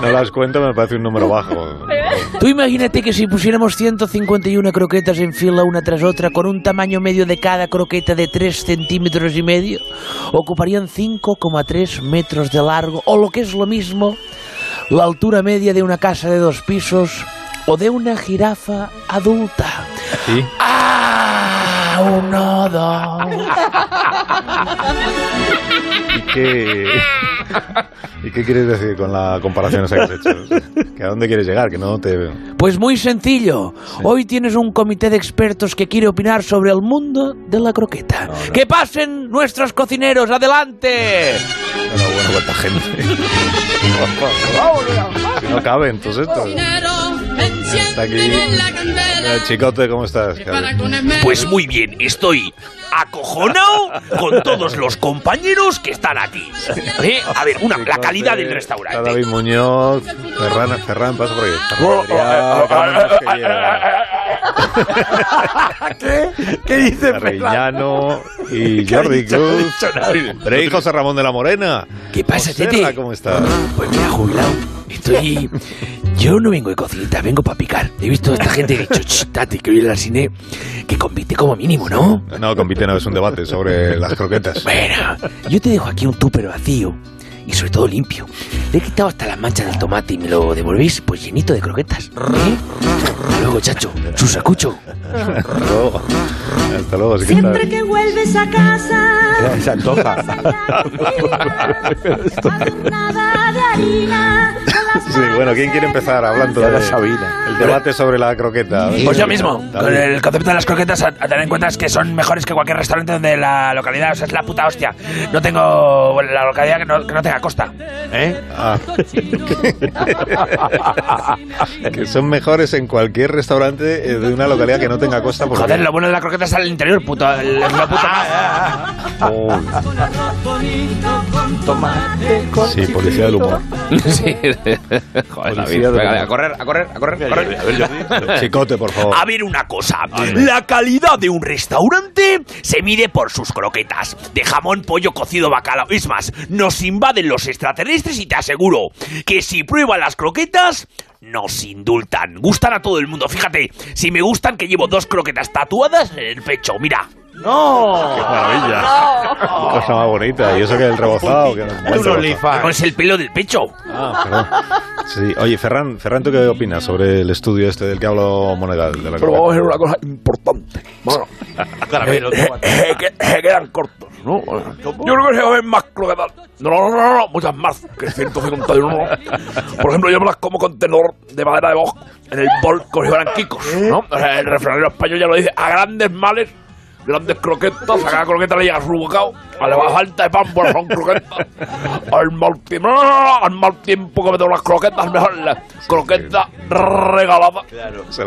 [SPEAKER 1] No las cuento, me parece un número bajo.
[SPEAKER 10] Tú imagínate que si pusiéramos 151 croquetas en fila una tras otra con un tamaño medio de cada croqueta de 3 centímetros y medio, ocuparían 5,3 metros de largo o lo que es lo mismo, la altura media de una casa de dos pisos o de una jirafa adulta.
[SPEAKER 1] ¿Sí?
[SPEAKER 10] ¡Ah! Uno, dos.
[SPEAKER 1] ¿Y qué, ¿Y qué quieres decir con la comparación esa que has hecho? ¿Que ¿A dónde quieres llegar? Que no te veo.
[SPEAKER 10] Pues muy sencillo. Hoy tienes un comité de expertos que quiere opinar sobre el mundo de la croqueta. ¡Que pasen nuestros cocineros! ¡Adelante!
[SPEAKER 1] Enhorabuena, cuánta gente. No caben, pues esto. Está aquí. Eh, Chicote, ¿cómo estás?
[SPEAKER 24] Pues muy bien, estoy acojonado con todos los compañeros que están aquí. ¿Eh? A ver, una, la calidad del restaurante.
[SPEAKER 1] Está David Muñoz, Ferran, Ferran, pasa por aquí.
[SPEAKER 24] oh, oh,
[SPEAKER 1] ¿Qué? ¿Qué dice Ferran? y
[SPEAKER 24] ¿Qué ha
[SPEAKER 1] Jordi
[SPEAKER 24] dicho? No
[SPEAKER 1] Cruz.
[SPEAKER 24] ha dicho nada.
[SPEAKER 1] Pero José Ramón de la Morena.
[SPEAKER 24] ¿Qué pasa,
[SPEAKER 1] Joserra,
[SPEAKER 24] Tete?
[SPEAKER 1] ¿Cómo estás?
[SPEAKER 24] Pues me ha jubilado.
[SPEAKER 25] Estoy. Yo no vengo de cocinita, vengo para picar. He visto a esta gente de chochitati que viene al cine que compite como mínimo, ¿no?
[SPEAKER 1] No, compite no, es un debate sobre las croquetas.
[SPEAKER 25] Bueno, yo te dejo aquí un tupper vacío y sobre todo limpio. Le he quitado hasta las manchas del tomate y me lo devolvéis pues llenito de croquetas. ¿Eh? Hasta luego, chacho. Susacucho.
[SPEAKER 1] Hasta luego. Hasta luego, sí que
[SPEAKER 11] Siempre
[SPEAKER 1] está-
[SPEAKER 11] que vuelves a casa,
[SPEAKER 1] Se antoja.
[SPEAKER 11] nada de harina.
[SPEAKER 1] Sí, bueno, ¿quién quiere empezar hablando de Sabina? El debate sobre la croqueta. A ver.
[SPEAKER 25] Pues yo mismo.
[SPEAKER 1] David.
[SPEAKER 25] El concepto de las croquetas a, a tener en cuenta es que son mejores que cualquier restaurante de la localidad. O sea, es la puta hostia. No tengo bueno, la localidad que no, que no tenga costa.
[SPEAKER 1] ¿Eh? que son mejores en cualquier restaurante eh, de una localidad que no tenga costa. Porque...
[SPEAKER 25] Joder, lo bueno de la croqueta es al interior, puto. el-
[SPEAKER 24] Ah,
[SPEAKER 25] Es la puta.
[SPEAKER 1] Oh, sí, policía del humor.
[SPEAKER 25] sí.
[SPEAKER 1] Joder,
[SPEAKER 24] David, venga, venga, a correr, a correr, a correr, a correr.
[SPEAKER 1] Chicote, por favor.
[SPEAKER 24] A ver una cosa. La calidad de un restaurante se mide por sus croquetas. De jamón, pollo, cocido, bacalao. Es más, nos invaden los extraterrestres y te aseguro que si prueban las croquetas, nos indultan. Gustan a todo el mundo. Fíjate, si me gustan que llevo dos croquetas tatuadas en el pecho. Mira.
[SPEAKER 1] ¡No! ¡Qué maravilla! Cosa más bonita. Y eso que el rebozado. Que
[SPEAKER 24] Un olifán. No es el pelo del pecho.
[SPEAKER 7] Ah,
[SPEAKER 1] perdón. Sí, oye, Ferran, Ferran, ¿tú qué opinas sobre el estudio este del que habló Monedal? De la
[SPEAKER 7] Pero vamos a
[SPEAKER 1] croqueta?
[SPEAKER 7] ver una cosa importante. Bueno,
[SPEAKER 1] Caramelo,
[SPEAKER 7] eh,
[SPEAKER 1] tomate.
[SPEAKER 7] eh, que- eh, quedan cortos, ¿no? Yo creo que se va a ver más croquetas. No, no, no, no, muchas más que 151. Por ejemplo, yo me las como con tenedor de madera de boj en el bol con si fueran quicos, ¿no? O sea, el refranero español ya lo dice, a grandes males, grandes croquetas, a cada croqueta le llega su bocado, a la más alta de pan, bueno, son croquetas. Al mal tiempo, no, no, no, al mal tiempo que me tengo las croquetas, mejor las croquetas regaladas.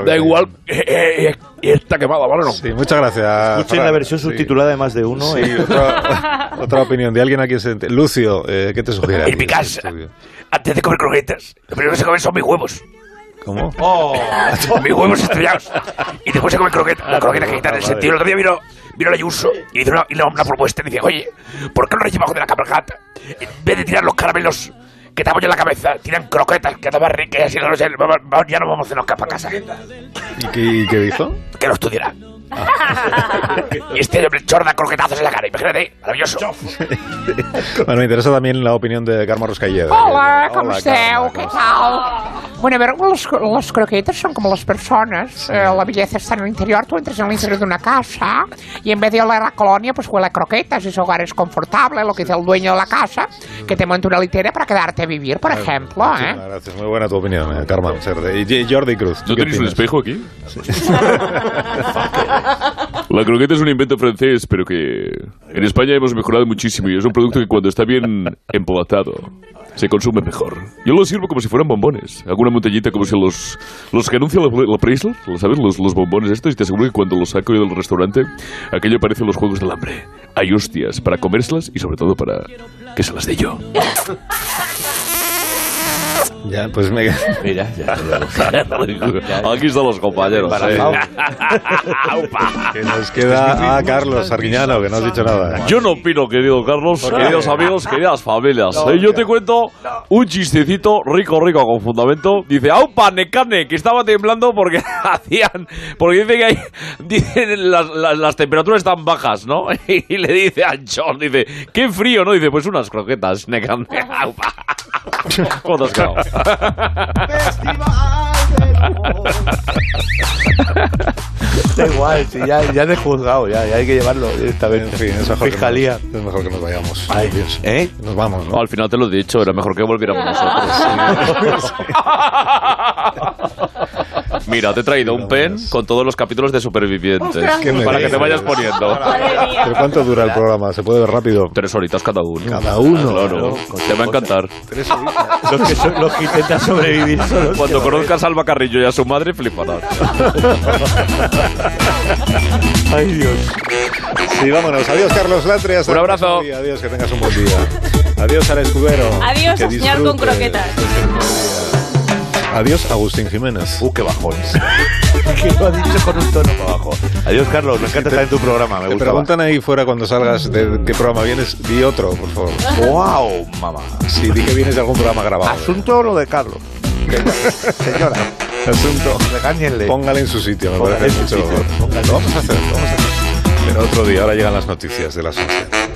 [SPEAKER 7] Da igual, eh, eh, eh, y está quemada, ¿vale? o No.
[SPEAKER 1] Sí, muchas gracias.
[SPEAKER 14] Escuchen la
[SPEAKER 1] Ferran.
[SPEAKER 14] versión
[SPEAKER 1] Sí.
[SPEAKER 14] subtitulada de más de uno.
[SPEAKER 1] Sí,
[SPEAKER 14] eh.
[SPEAKER 1] otra, otra opinión de alguien aquí. sente- Lucio, eh, ¿qué te sugiere?
[SPEAKER 7] En mi casa, antes de comer croquetas, lo primero que se come son mis huevos.
[SPEAKER 1] ¿Cómo?
[SPEAKER 7] mis huevos estrellados. Y después se come croquetas. La croqueta que quitan el sentido. El otro día vino, vino la Ayuso y hizo una, una- una propuesta. Y dice, oye, ¿por qué no reyes bajo de la cabalgata? En vez de tirar los caramelos que estamos en la cabeza, tiran croquetas, que están más ricas. Y así no sé, vamos- vamos- ya nos vamos a para casa.
[SPEAKER 1] ¿Y qué, y qué dijo?
[SPEAKER 7] Que lo estudiará. y este hombre chorda croquetazos en la cara. Imagínate, maravilloso.
[SPEAKER 1] Bueno, me interesa también la opinión de Carmen Ruscalleda.
[SPEAKER 26] Hola, com
[SPEAKER 1] Hola,
[SPEAKER 26] esteu?
[SPEAKER 1] Carme,
[SPEAKER 26] Què tal? Bueno, a veure, les, les croquetes són com les persones. Sí. La belleza està en l'interior, tu entres en l'interior d'una casa i en vez de oler la colonia, pues huele a croquetas. Ese hogar es confortable, lo que dice el dueño de la casa, que te monta una litera para quedarte a vivir, por ejemplo, ¿eh?
[SPEAKER 1] Muchísimas gracias, muy buena tu opinión, eh, Carmen. Cerde. Y J- Jordi Cruz. ¿tú
[SPEAKER 15] ¿No
[SPEAKER 1] qué
[SPEAKER 15] tenéis un
[SPEAKER 1] opinas?
[SPEAKER 15] espejo aquí?
[SPEAKER 1] Sí.
[SPEAKER 15] La croqueta es un invento francés, pero que en España hemos mejorado muchísimo y es un producto que cuando está bien empolatado se consume mejor. Yo lo sirvo como si fueran bombones. Hago una montañita como si los, los que anuncia la, la Preisler, ¿lo ¿sabes? Los, los bombones estos, y te aseguro que cuando los saco yo del restaurante, aquello aparece en los juegos del hambre. Hay hostias para comérselas y sobre todo para que se las dé yo.
[SPEAKER 1] Ya, pues me...
[SPEAKER 15] Mira, Aquí están los compañeros.
[SPEAKER 1] Embarazado.
[SPEAKER 15] eh.
[SPEAKER 1] Que nos queda a Carlos Arguiñano, que no has dicho nada. eh.
[SPEAKER 15] Yo no opino, querido Carlos,
[SPEAKER 1] Porque-
[SPEAKER 15] queridos amigos, queridas familias. Eh, yo te cuento un chistecito rico, rico, con fundamento. Dice, ¡aupa, necane! Que estaba temblando porque hacían... Porque dice que hay... Dicen las, las- las temperaturas tan bajas, ¿no? Y le dice a John, dice, ¡qué frío, ¿no? Dice, pues unas croquetas, necane. ¡Aupa! ¿Cómo te has quedado?
[SPEAKER 14] Da igual, si ya, ya te he juzgado, ya, ya hay que llevarlo directamente.
[SPEAKER 1] En fin, es mejor, que nos,
[SPEAKER 14] Fiscalía.
[SPEAKER 1] es mejor que nos vayamos. Ay, Dios. ¿Eh? Nos vamos, ¿no?
[SPEAKER 15] Al final te lo he dicho, era mejor que volviéramos nosotros. Mira, te he traído un pen con todos los capítulos de Supervivientes.
[SPEAKER 1] Ostras. ¿Qué me
[SPEAKER 15] Para que te
[SPEAKER 1] dices?
[SPEAKER 15] vayas poniendo.
[SPEAKER 1] ¿Pero cuánto dura el programa? ¿Se puede ver rápido?
[SPEAKER 15] Tres horitas cada uno.
[SPEAKER 1] Cada uno.
[SPEAKER 15] Claro, te va a encantar.
[SPEAKER 14] Los que, so- los que intentan sobrevivir son los
[SPEAKER 15] Cuando
[SPEAKER 14] que no-
[SPEAKER 15] conozcas a Alba Carrillo y a su madre, fliparás.
[SPEAKER 1] Ay, Dios. Sí, vámonos. Adiós, Carlos Latre. Hasta
[SPEAKER 15] Un
[SPEAKER 1] el
[SPEAKER 15] abrazo.
[SPEAKER 1] próximo día. Adiós, que tengas un buen día. Adiós, al Escudero.
[SPEAKER 5] Adiós,
[SPEAKER 1] Que
[SPEAKER 5] a soñar con
[SPEAKER 1] disfrutes.
[SPEAKER 5] croquetas.
[SPEAKER 1] Adiós, Agustín Jiménez.
[SPEAKER 27] Uh, qué bajón.
[SPEAKER 2] Que lo ha dicho con un tono para abajo.
[SPEAKER 27] Adiós, Carlos. Me encanta estar en tu programa. Me
[SPEAKER 1] Te
[SPEAKER 27] gusta.
[SPEAKER 1] preguntan ahí fuera cuando salgas de qué programa vienes. Di otro, por favor.
[SPEAKER 27] ¡Wow, mamá!
[SPEAKER 1] Sí, di que vienes de algún programa grabado.
[SPEAKER 2] Asunto lo de Carlos. Señora.
[SPEAKER 27] Ah,
[SPEAKER 1] Asunto.
[SPEAKER 2] Regáñenle.
[SPEAKER 1] Póngale en su sitio, me
[SPEAKER 2] Póngale
[SPEAKER 1] parece
[SPEAKER 2] en su
[SPEAKER 1] mucho.
[SPEAKER 2] sitio,
[SPEAKER 1] Lo vamos a hacer, lo vamos a hacer. Pero otro día, ahora llegan las noticias de las 11.